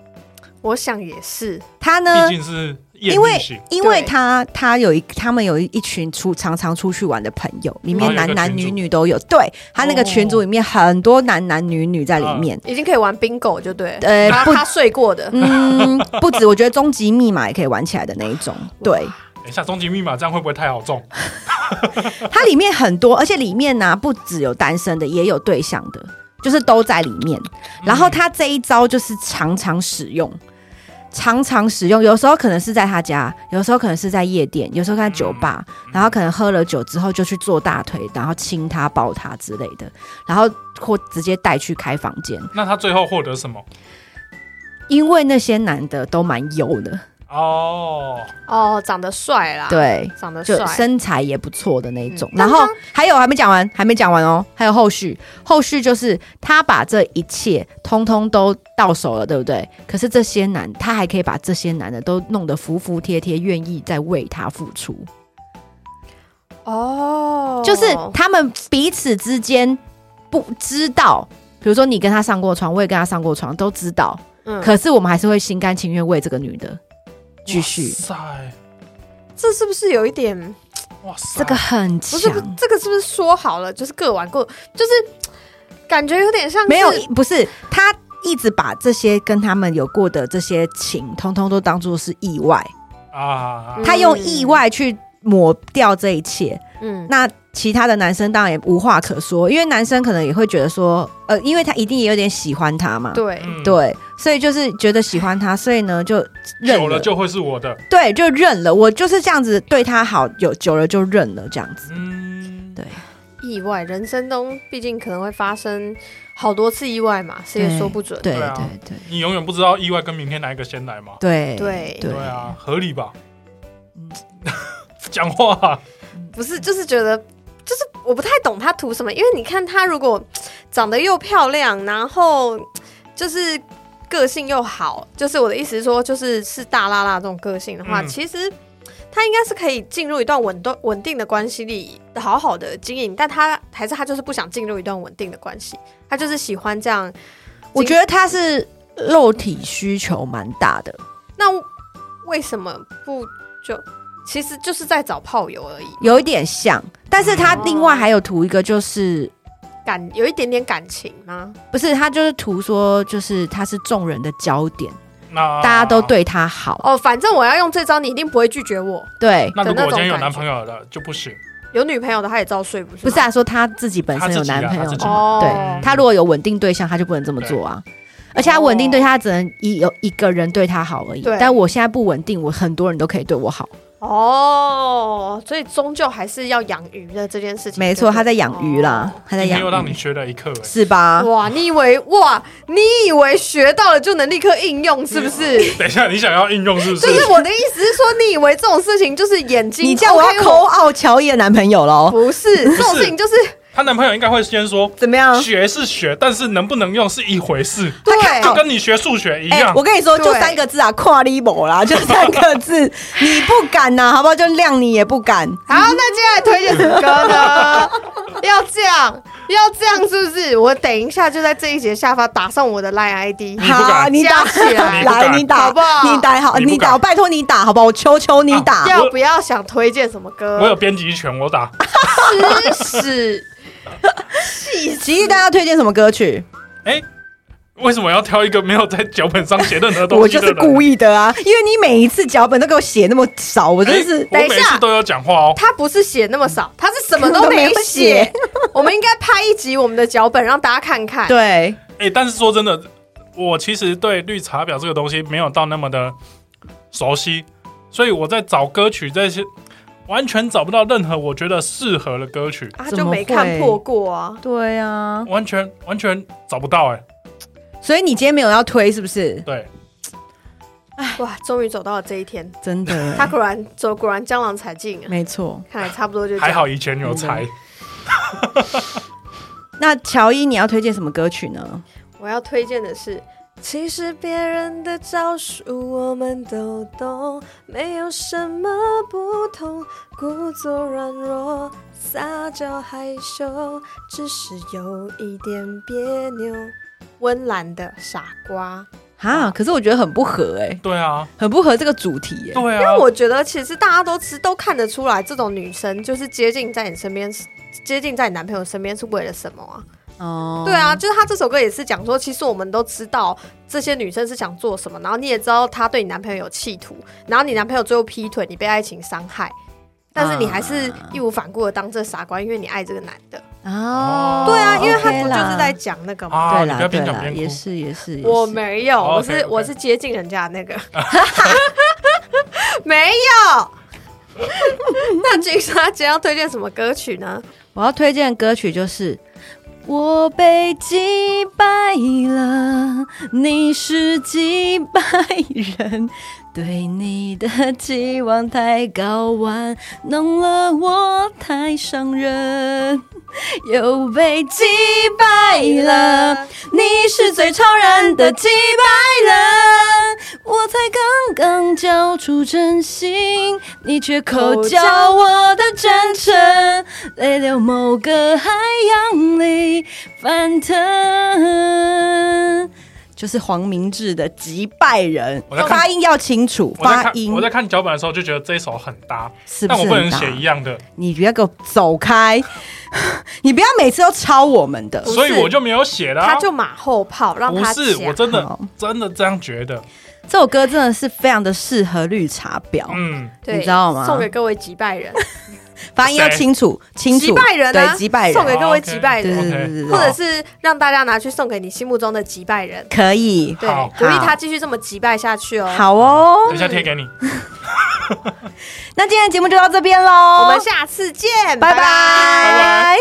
S3: 我想也是，
S2: 他呢
S4: 毕，竟是
S2: 因
S4: 艳
S2: 为
S4: 遇型，
S2: 因为
S3: 对
S2: 他他有一他们有一一群出常常出去玩的朋友，里面
S4: 然后有一
S2: 男
S4: 个
S2: 男
S4: 群
S2: 女
S4: 组
S2: 女都有。对他那个群组
S4: 哦
S2: 里面很多男男女女在里
S4: 嗯
S2: 面，
S3: 已经可以玩 bingo 就对，
S2: 呃
S3: 他
S2: 不
S3: 他睡过的，
S2: 嗯，不止，我觉得终极密码也可以玩起来的那一种。对，
S4: 等一下终极密码这样会不会太好中？
S2: 它里面很多，而且里面呢、不只有单身的，也有对象的，就是都在里面。然后他这一招就是常常使用，常常使用，有时候可能是在他家，有时候可能是在夜店，有时候在酒吧，然后可能喝了酒之后就去做大腿，然后亲他、抱他之类的，然后或直接带去开房间，
S4: 那他最后获得什么？
S2: 因为那些男的都蛮优的，
S4: 哦，
S3: 哦，长得帅啦，，
S2: 对。
S3: 长得
S2: 就
S3: 帅，
S2: 身材也不错的那一种。
S3: 嗯
S2: 然后
S3: 但他
S2: 还有还没讲完，还没讲完哦，还有后续，后续就是他把这一切通通都到手了，对不对？可是这些男，他还可以把这些男的都弄得服服帖帖，愿意再为他付出，
S3: 哦，
S2: 就是他们彼此之间不知道。比如说你跟他上过床，我也跟他上过床，都知道，
S3: 嗯
S2: 可是我们还是会心甘情愿为这个女的继续。
S4: 哇塞，
S3: 这是不是有一点？
S4: 哇塞，
S2: 这个很
S3: 不是，不
S2: 强，
S3: 这个是不是说好了就是各玩各，就是感觉有点像是
S2: 没有，不是他一直把这些跟他们有过的这些情，通通都当做是意外，
S4: 啊
S3: 嗯，
S2: 他用意外去抹掉这一切。
S3: 嗯
S2: 那其他的男生当然也无话可说，因为男生可能也会觉得说，呃，因为他一定也有点喜欢他嘛，
S3: 对
S4: 嗯，
S2: 对，所以就是觉得喜欢他，所以呢就认
S4: 久了就会是我的，
S2: 对，就认了。我就是这样子对他好，有久了就认了这样子。
S4: 嗯，
S2: 对
S3: 意外，人生中毕竟可能会发生好多次意外嘛，谁也说不准。
S2: 对
S4: 对啊
S2: 对对
S4: 你永远不知道意外跟明天哪一个先来嘛，
S2: 对
S3: 对
S2: 对
S4: 啊，合理吧
S2: 嗯？
S4: 讲话啊
S3: 不是，就是觉得，就是我不太懂他图什么，因为你看他如果长得又漂亮，然后就是个性又好，就是我的意思是说，就是是大辣辣这种个性的话，
S4: 嗯
S3: 其实。他应该是可以进入一段稳定稳定的关系里，好好的经营，但他还是他就是不想进入一段稳定的关系，他就是喜欢这样。
S2: 我觉得他是肉体需求蛮大的，
S3: 那为什么不就其实就是在找炮友而已，
S2: 有一点像，但是他另外还有图一个就是。
S3: 感有一点点感情吗？
S2: 不是，他就是图说，就是他是众人的焦点，
S4: 那
S2: 大家都。对他好。
S3: 哦，反正我要用这招，你一定不会拒绝我。
S2: 对，
S4: 那如果我今天有
S3: 的那种感觉
S4: 男朋友了就不行，
S3: 有女朋友的他也照睡，不是？
S2: 不是，啊，说他自己本身有男朋
S4: 他
S2: 友
S4: 自己啊他自己
S2: 嘛，
S3: 哦，
S2: 对他如果有稳定对象，他就不能这么做啊。而且他
S3: 哦
S2: 稳定对象，他只能一有一个人对他好而已
S3: 对。
S2: 但我现在不稳定，我很多人都可以对我好。
S3: 哦，所以终究还是要养鱼的这件事情。
S2: 没
S3: 对
S2: 错，
S3: 不对
S2: 他在养鱼啦，他在
S4: 哦没
S2: 养
S4: 有让你
S2: 鱼，
S4: 学了一课，哎
S2: 是吧？
S3: 哦哇，你以为哇，你以为学到了就能立刻应用，是不是？
S2: 嗯
S4: 等一下，你想要应用是不是
S3: 就？是我的意思是说，你以为这种事情就是眼睛？
S2: 你这样我要
S3: OK，
S2: 扣奥乔伊的男朋友喽？
S3: 不是这种事情，就是
S4: 她男朋友应该会先说，
S2: 怎么样？
S4: 学是学，但是能不能用是一回事，
S3: 对
S4: 就跟你学数学一
S2: 哎、
S4: 样
S2: 我。跟你说，就
S3: 对
S2: 三个字啊，跨里某啦，就三个 字，你不敢呐、好不好？就亮你也不敢。
S3: 好，那接下来推荐什么歌呢？要这样，要这样，是不是？我等一下就在这一节下方打上我的 Line ID，
S4: 你不敢
S2: 啊好，你打
S3: 加起来
S2: 来，
S4: 你
S2: 你
S4: 不
S2: 打
S3: 好不好
S2: 你打好，
S4: 你不
S2: 你打，
S4: 敢
S2: 我拜托你打，好不好？我求求你打。
S4: 啊
S3: 要不要想推荐什么
S4: 我有
S3: 歌？
S4: 编辑权，我打。
S3: 吃屎！
S2: 奇艺，大家要推荐什么歌曲？
S4: 哎，为什么要挑一个没有在脚本上写任何东
S2: 我
S4: 西的
S2: 就
S4: 人？
S2: 是故意的啊，因为你每一次脚本都给我写那么少，我
S4: 哎，
S2: 真是。
S4: 我
S3: 等一
S4: 每
S3: 下
S4: 次都有讲话哦。
S3: 他不是写那么少，他是什么都
S2: 都没
S3: 没
S2: 有
S3: 写
S2: 写。
S3: 我们应该拍一集我们的脚本，让大家看看。
S2: 对，
S4: 哎，但是说真的，我其实对绿茶婊这个东西没有到那么的熟悉，所以我在找歌曲这些，完全找不到任何我觉得适合的歌曲，
S3: 啊，
S2: 怎
S3: 就
S2: 么
S3: 没看
S2: 会
S3: 破过啊。
S2: 对啊，
S4: 完全完全找不到。哎，
S2: 所以你今天没有要推是不是？
S4: 对，
S3: 哇，终于走到了这一天，
S2: 真
S3: 他
S2: 的，
S3: 果然走，果然江郎才尽啊。
S2: 没错。
S3: 看来差不多就这样
S4: 还好以前有
S2: 嗯
S4: 才。
S2: 那乔伊，你要推荐什么歌曲呢？
S3: 我要推荐的是，其实别人的招数我们都懂，没有什么不同，故作软弱，撒娇害羞，只是有一点别扭。温岚的傻瓜，
S2: 哈，可是我觉得很不合哎、
S4: 对啊，
S2: 很不合这个主题哎、
S4: 对
S3: 因
S4: 啊
S3: 为，我觉得其实大家都吃都看得出来，这种女生就是接近在你身边，接近在你男朋友身边是为了什么啊？
S2: 哦
S3: 对啊，，就是他这首歌也是讲说，其实我们都知道这些女生是想做什么，然后你也知道她对你男朋友有企图，然后你男朋友最后劈腿，你被爱情伤
S4: 啊
S3: 害，但是你还是
S2: 啊
S3: 义无反顾的当这傻瓜，因为你爱这个男的。
S2: 哦，
S3: 对啊，因为他
S2: OK
S3: 不
S2: 啦
S3: 就是在讲那个吗？
S4: 啊，
S2: 对
S4: 你
S2: 啦
S4: 不要边
S2: 对
S4: 讲
S2: 啦
S4: 边哭
S2: 也。是也是，也是
S3: 我没有，
S4: 哦
S3: 我是
S4: OK，OK
S3: 我是接近人家的 那个，没有。那金莎姐要推荐什么歌曲呢？
S2: 我要推荐的歌曲就是。我被击败了，你是击败人，对你的期望太高，玩弄了我太伤人。又被击败了，你是最超然的击败人，我才刚刚交出真心，你却口交我的真诚，泪流某个海洋里翻腾。就是黄明志的《击败人
S4: 我在》，看
S2: 发音要清楚，
S4: 我在
S2: 发
S4: 看
S2: 音
S4: 我在看脚本的时候就觉得这一首很搭，
S2: 是不
S4: 但我
S2: 是
S4: 不能
S2: 很搭？
S4: 写一样的，
S2: 你不要给我走开， 你不要每次都抄我们的
S3: 不。是
S4: 所以我就没有写啦。
S3: 他就马后炮，让
S4: 不
S3: 他
S4: 是，
S3: 讲
S4: 我真的
S2: 好
S4: 真的这样觉得。
S2: 这首歌真的是非常的适合绿茶婊。
S4: 嗯，
S3: 对
S2: 你知道吗
S3: 送给各位击败人，
S2: 发音要清楚清
S3: 击
S2: 楚，
S3: 败人啊
S2: 对，击败人
S3: 送，给各位击败
S2: 对对
S3: 人，
S2: 对
S4: OK
S2: 对对对
S3: 或
S2: 对，
S3: 者是让大家拿去送给你心目中的击败人。
S2: 可以，
S3: 对
S4: 好，
S3: 鼓励他继续这么击败下去哦。，
S2: 好哦。
S4: 等一下贴给你。
S2: 那今天的节目就到这边喽，
S3: 我们下次见，
S2: 拜
S3: 拜
S2: 拜。